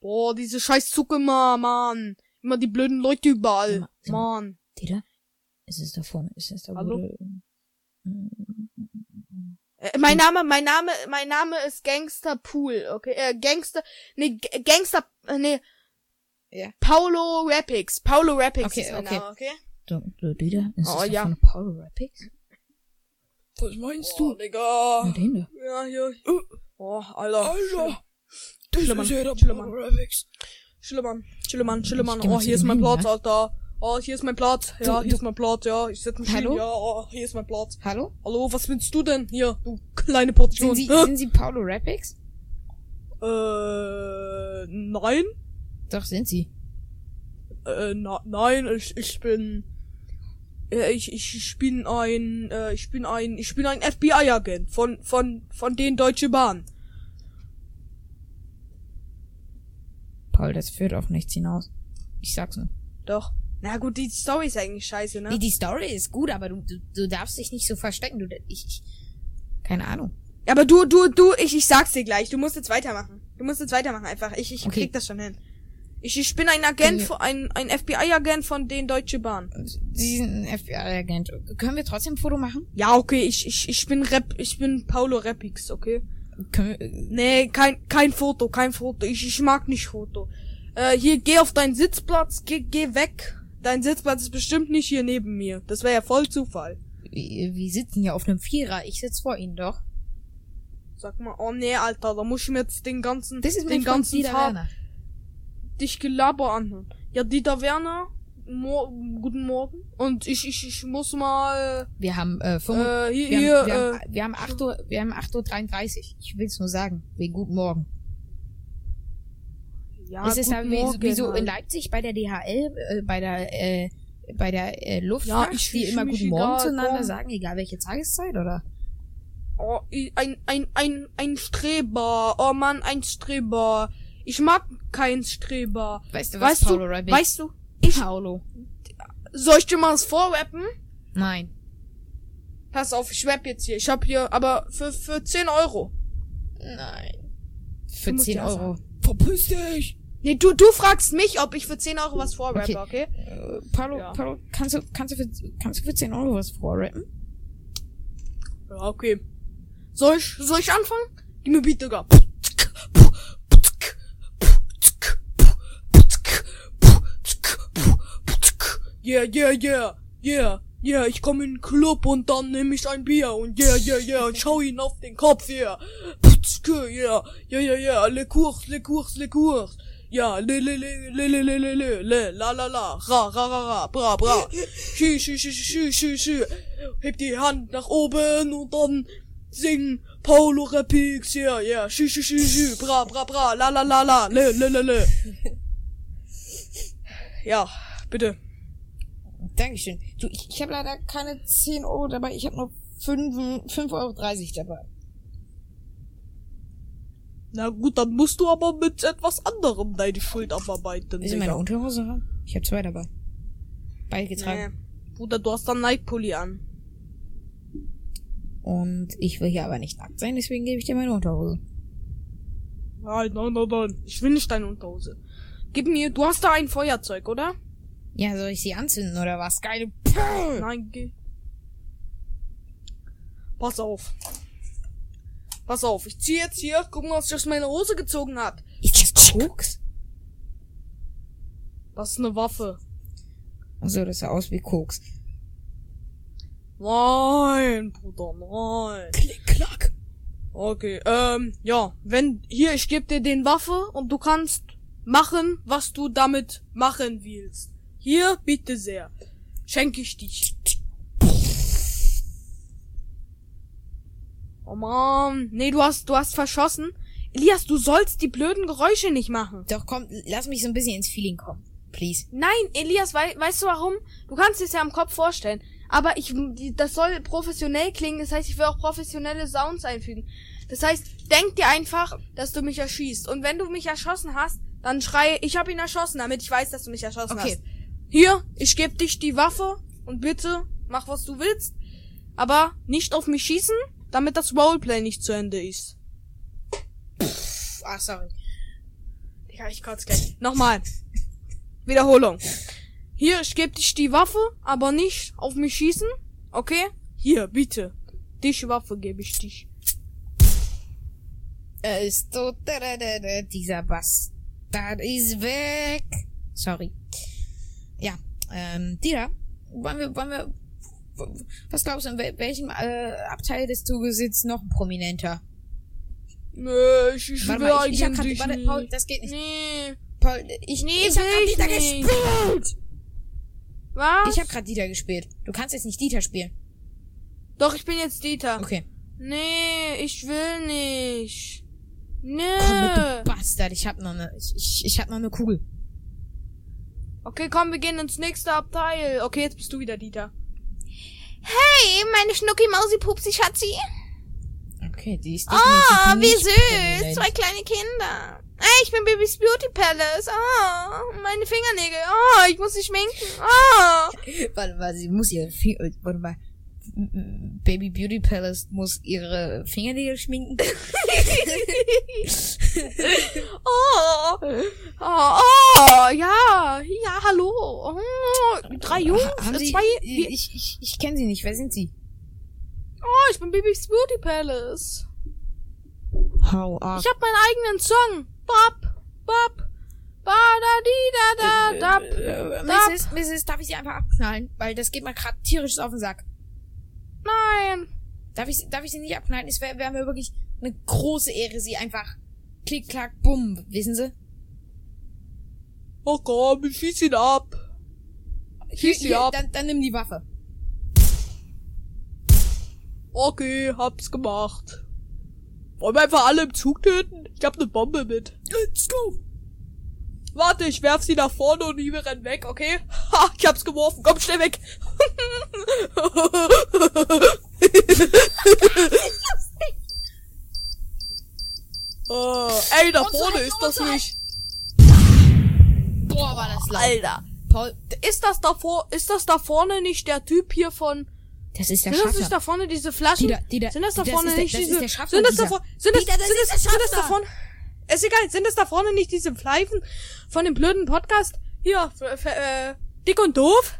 G: Boah, diese scheiß Zug immer, Mann. Immer die blöden Leute überall. Mann.
K: Dieter? Ist es da vorne? Ist es da
G: Hallo?
K: wo du-
G: Äh, mein Name, mein Name, mein Name ist Gangster Pool, okay? Äh, Gangster, nee, G Gangster, äh, nee.
K: Ja.
G: Paulo Rappix. Paulo Rappix
K: Okay,
G: ist mein
K: okay.
G: Name, okay?
K: du, du, Dieter? Ist
G: Oh,
K: es da
G: ja.
K: vorne Paul Rapids?
L: Was meinst
G: Boah,
L: du?
G: Digga.
K: Na, den da.
G: Ja, ja. Oh, Äh. Alter. Alter. Schlimmern, Schlimmern, Schlimmern, Schlimmern, Schlimmern. Oh, hier ist mein Platz,
K: ne?
G: Alter. Oh, hier ist mein Platz. Ja, hier ist mein Platz, ja. Ich setz mich hin.
K: Hallo?
G: Ja, oh, hier ist mein Platz.
K: Hallo?
G: Hallo, was willst du denn? Hier, du kleine Portion.
K: Sind Sie,
G: Hä?
K: sind Sie Paolo Rapix?
G: Äh, nein.
K: Doch, sind Sie.
G: Äh, na, nein, ich, ich bin. Äh, ich, ich, ich bin ein, äh, ich bin ein, ich bin ein FBI-Agent von, von, von den Deutsche Bahn.
K: Paul, das führt auf nichts hinaus. Ich sag's nur.
G: Doch. Na gut, die Story ist eigentlich scheiße,
K: Die,
G: ne?
K: die Story ist gut, aber du, du, du darfst dich nicht so verstecken. Du, ich, ich, keine Ahnung.
G: Aber du, du, du, ich, ich sag's dir gleich. Du musst jetzt weitermachen. Du musst jetzt weitermachen einfach. Ich, ich
K: Okay.
G: krieg das schon hin. Ich, ich bin ein Agent,
K: Können wir-
G: von, ein, ein FBI-Agent von den Deutsche Bahn.
K: Sie sind ein FBI-Agent. Können wir trotzdem ein Foto machen?
G: Ja, okay, ich, ich, ich bin Rap, ich bin Paolo Repix, okay?
K: Können wir,
G: Nee, kein, kein Foto, kein Foto. Ich, ich mag nicht Foto. Äh, hier, geh auf deinen Sitzplatz, geh, geh weg. Dein Sitzplatz ist bestimmt nicht hier neben mir. Das wäre ja voll Zufall.
K: wir, äh, wir sitzen ja auf einem Vierer. Ich sitz vor Ihnen doch.
G: Sag mal, oh nee, Alter, da muss ich mir jetzt den ganzen,
K: Das ist mein
G: den
K: Freund
G: ganzen
K: Dieter
G: Tag
K: Werner.
G: dich Gelaber anhören. Ja, Dieter Werner, mo guten Morgen. Und ich, ich, ich muss mal,
K: Wir haben, äh, 5,
G: äh, hier,
K: wir,
G: hier,
K: haben,
G: äh,
K: wir, haben, wir haben 8 Uhr, wir haben 8.33 Uhr. Ich will's nur sagen. Wegen guten Morgen.
G: ja,
K: es ist
G: guten
K: ja wie,
G: Morgen,
K: wie so in
G: Alter.
K: Leipzig bei der DHL, äh, bei der, äh, bei der äh, Luftfahrt,
G: Ja, ich-
K: die
G: ich-
K: immer
G: mich
K: guten Morgen
G: egal,
K: zueinander
G: komm.
K: sagen, egal welche Tageszeit, oder?
G: Oh, i- ein, ein, ein, ein Streber. Oh Mann, ein Streber. Ich mag keinen Streber.
K: Weißt du was,
G: Weißt
K: Paolo
G: du,
K: Rabbit?
G: weißt du,
K: Paolo.
G: soll ich dir mal was vorrappen?
K: Nein.
G: Pass auf, ich rapp jetzt hier. Ich hab hier, aber für, für 10 Euro.
K: Nein. Für
G: musst
K: 10
G: dir was
K: Euro.
G: Verpiss dich! Nee, du, du fragst mich, ob ich für 10 Euro was vorrappe, okay?
K: Äh, Paolo,
G: Ja.
K: Paolo, kannst du, kannst du für, kannst du für 10 Euro was vorrappen?
G: Ja, okay. Soll ich, soll ich anfangen? Gib mir Beat, Digga. Yeah, yeah, yeah, yeah, yeah, ich komme in den Club und dann nehme ich ein Bier und yeah, yeah, yeah, und schau ihn auf den Kopf, yeah. Yeah, yeah, yeah, yeah, le cours, le cours, le cours. Ja, le, le, le, le, le, le, le, le, le, la, la, la, ra, ra, ra, ra, bra, bra. Schü, schü, schü, schü, schü, schü. Heb die Hand nach oben und dann sing Paulo Rapix, ja, ja, schü, schü, schü, schü, bra, bra, bra, la, la, la, la, le, le, le, le. Ja, bitte.
K: Dankeschön. Du, ich, ich habe leider keine 10 Euro dabei, ich habe nur 5, 5,30 Euro dabei.
G: Na gut, dann musst du aber mit etwas anderem deine Schuld abarbeiten.
K: Willst du meine Unterhose haben? Ich habe zwei dabei. Beide
G: Nee.
K: getragen.
G: Bruder, du hast dann Nike-Pulli an.
K: Und ich will hier aber nicht nackt sein, deswegen gebe ich dir meine Unterhose.
G: Nein, nein, nein, nein. Ich will nicht deine Unterhose. Gib mir, du hast da ein Feuerzeug, oder?
K: Ja, soll ich sie anzünden oder was? Geile Puh!
G: Nein, geh. Pass auf. Pass auf, ich zieh jetzt hier, guck mal, was ich aus meiner Hose gezogen hab.
K: Ist das Koks?
G: Das ist eine Waffe.
K: Achso, das sah aus wie Koks.
G: Nein, Bruder, nein.
K: Klick, klack.
G: Okay, ähm, ja, wenn, hier, ich geb dir den Waffe und du kannst machen, was du damit machen willst. Hier, bitte sehr. Schenke ich dich. Oh Mann, nee, du hast, du hast verschossen. Elias, du sollst die blöden Geräusche nicht machen.
K: Doch komm, lass mich so ein bisschen ins Feeling kommen. Please.
G: Nein, Elias, wei weißt du warum? Du kannst es ja im Kopf vorstellen. Aber ich, die- das soll professionell klingen. Das heißt, ich will auch professionelle Sounds einfügen. Das heißt, denk dir einfach, dass du mich erschießt. Und wenn du mich erschossen hast, dann schreie, ich habe ihn erschossen, damit ich weiß, dass du mich erschossen
K: Okay.
G: hast. Hier, ich gebe dich die Waffe und bitte mach, was du willst. Aber nicht auf mich schießen, damit das Roleplay nicht zu Ende ist.
K: Pff, ah, sorry.
G: Digga, ich kotz gleich. Nochmal. Wiederholung. Hier, ich geb dich die Waffe, aber nicht auf mich schießen. Okay? Hier, bitte. Dich Waffe gebe ich dich.
K: Er Äh, ist tot. Da, da, da, da. Dieser Bastard ist weg. Sorry. Ja, ähm, Dira, wollen wir, wollen wir, w- was glaubst du, in wel- welchem äh, Abteil des Zuges sitzt noch ein Prominenter?
G: Nee, ich, ich
E: Warte
G: will
E: mal, ich- ich hab grad-
G: eigentlich
E: warte,
G: nicht.
K: Paul, das geht nicht.
G: Nee.
K: Paul, ich,
G: Nee,
K: ich hab
G: will
K: grad
G: ich
K: Dieter
G: nicht.
K: gespielt.
G: Was?
K: Ich hab grad Dieter gespielt. Du kannst jetzt nicht Dieter spielen.
G: Doch, ich bin jetzt Dieter.
K: Okay.
G: Nee, ich will nicht.
K: Komm mit,
G: Nee.
K: du Bastard. Ich hab noch ne, ich, ich, ich hab noch ne Kugel.
G: Okay, komm, wir gehen ins nächste Abteil. Okay, jetzt bist du wieder Dieter.
E: Hey, meine Schnucki Mausi Pupsi Schatzi.
K: Okay, die ist
E: Oh,
G: Ah,
K: definitiv
E: wie
K: nicht
E: süß.
K: Berlin.
E: Zwei kleine Kinder. Hey, ich bin Babys Beauty Palace.
G: Ah,
E: Oh, meine Fingernägel. Oh, ich muss sie schminken. Oh.
K: Warte mal, sie muss ihre Finger. äh, Warte mal. M- m- Baby Beauty Palace muss ihre Fingernägel schminken.
G: Äh, Oh, oh, oh ja, ja, hallo. Oh, drei Jungs,
K: Ha- haben sie,
G: zwei.
K: ich ich, ich, ich kenne sie nicht. Wer sind sie?
G: Oh, ich bin Bibis Beauty Palace.
K: Hau ab.
G: Ich hab meinen eigenen Song. Bap, bap, ba da di da da dap.
K: Äh,
G: Stop.
K: Mrs., Mrs., darf ich sie einfach abknallen? Weil das geht mir gerade tierisch auf den Sack.
G: Nein.
K: Darf ich, darf ich sie nicht abknallen? Es wäre wär mir wirklich eine große Ehre, sie einfach klick, klack, bumm, wissen Sie?
G: Oh komm, ich schieß ihn ab. Schieß sie ab.
K: Dann, dann nimm die Waffe.
G: Okay, hab's gemacht. Wollen wir einfach alle im Zug töten? Ich hab ne Bombe mit. Let's go! Warte, ich werf sie nach vorne und die wir rennen weg, okay? Ha, ich hab's geworfen, komm schnell weg! oh, ey, da vorne ist das nicht.
K: Boah, war das laut.
G: Alter.
K: Paul,
G: Ist das da vor, ist das da vorne nicht der Typ hier von,
K: das ist der
G: sind das nicht
K: Schaffer.
G: da vorne diese Flaschen?
K: Dieter, Dieter,
G: sind das da
K: das
G: vorne
K: ist der-
G: nicht
K: das ist
G: diese,
K: der Schaffer,
G: sind das da
K: Dieter.
G: vorne, sind das,
K: Dieter, das
G: sind
K: ist
G: das,
K: der
G: sind das da
K: Schaffer.
G: vorne, ist egal, sind das da vorne nicht diese Pfeifen von dem blöden Podcast? Hier, f- f- äh, dick und doof?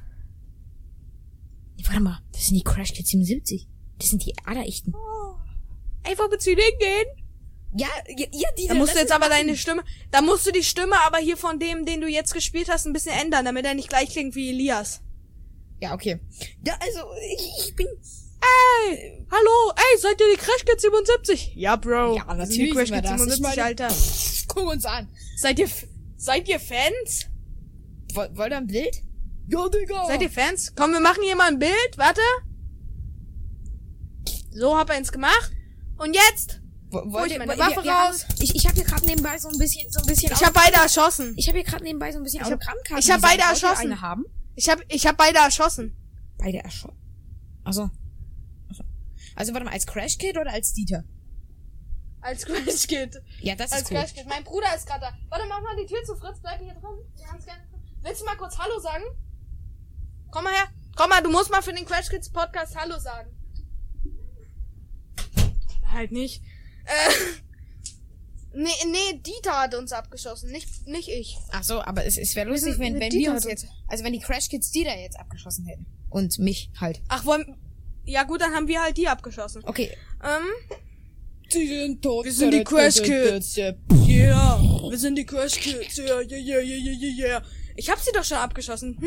K: Warte mal, das sind die Crash Kids 77. Das sind die Aderichten.
G: Ey, wo willst du hingehen?
K: Ja, ja, ja die
G: Da musst du jetzt aber deine Stimme, da musst du die Stimme aber hier von dem, den du jetzt gespielt hast, ein bisschen ändern, damit er nicht gleich klingt wie Elias.
K: Ja, okay. Ja, also, ich, ich bin...
G: Ey, hallo, ey, seid ihr die Crash Kids 77? Ja, Bro.
K: Ja,
G: Das sind Die
K: natürlich
G: Crash
K: sind wir
G: Kids
K: das. Ich
G: 77,
K: meine-
G: Alter.
K: Guck uns an.
G: Seid ihr, F- seid ihr Fans?
K: Woll- Wollt ihr ein Bild? Ja, Digga.
G: Seid ihr Fans? Komm, wir machen hier mal ein Bild. Warte. So hab eins gemacht. Und jetzt?
K: Wo-
G: Hol
K: Wollt
G: ich
K: ihr...
G: meine
K: wir-
G: Waffe
K: wir haben-
G: raus.
K: Ich, ich habe hier gerade nebenbei so ein bisschen... So ein bisschen
G: Ich hab beide erschossen.
K: Ich habe hier gerade nebenbei so ein bisschen
G: Ich hab-
K: Autogrammkarten.
G: ich hab
K: designt.
G: beide
K: Wollt ihr
G: erschossen.
K: Eine haben?
G: Ich hab, ich hab beide erschossen.
K: Beide erschossen. Achso. Achso. Also warte mal, als Crash Kid oder als Dieter?
G: Als Crash Kid.
K: Ja, das
G: Als
K: ist cool.
G: Crash Kid. Mein Bruder ist gerade da. Warte, mach mal die Tür zu Fritz. Bleib hier drin. Ganz gerne. Willst du mal kurz Hallo sagen? Komm mal her. Komm mal, du musst mal für den Crash Kids Podcast Hallo sagen. Halt nicht. Äh. Nee, nee, Dieter hat uns abgeschossen, nicht, nicht ich.
K: Ach so, aber es, es wäre lustig, wenn, wenn wir uns jetzt, also wenn die Crash Kids die da jetzt abgeschossen hätten. Und mich halt.
G: Ach, wollen. Ja gut, dann haben wir halt die abgeschossen.
K: Okay.
G: Ähm.
K: Die sind tot. Also,
G: Wir sind die Crash Kids.
K: äh,
G: Yeah. Wir sind die Crash Kids. Yeah, yeah, yeah, yeah, yeah, yeah. Ich hab sie doch schon abgeschossen.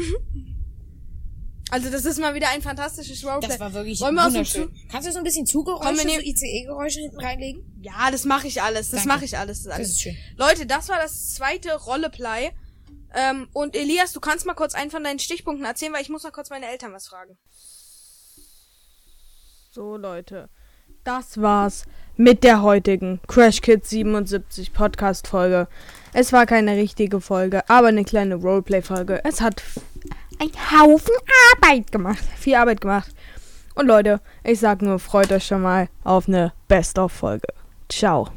G: also das ist mal wieder ein fantastisches Roleplay.
K: Das war wirklich
G: Wollen wir aus dem
K: wunderschön. Kannst du so ein bisschen
G: Komm, wir
K: Zugeräusche, so
G: nehmen-
K: ICE-Geräusche hinten reinlegen?
G: ja, das mache ich alles. Das
K: Danke.
G: mache ich alles. Das
K: Das
G: alles.
K: ist schön.
G: Leute, das war das zweite Roleplay. Ähm, und Elias, du kannst mal kurz einen von deinen Stichpunkten erzählen, weil ich muss mal kurz meine Eltern was fragen. So, Leute. Das war's mit der heutigen Crash Kids 77 Podcast Folge. Es war keine richtige Folge, aber eine kleine Roleplay Folge. Es hat f- einen Haufen Arbeit gemacht, viel Arbeit gemacht. Und Leute, ich sag nur, freut euch schon mal auf eine Best of Folge. Ciao.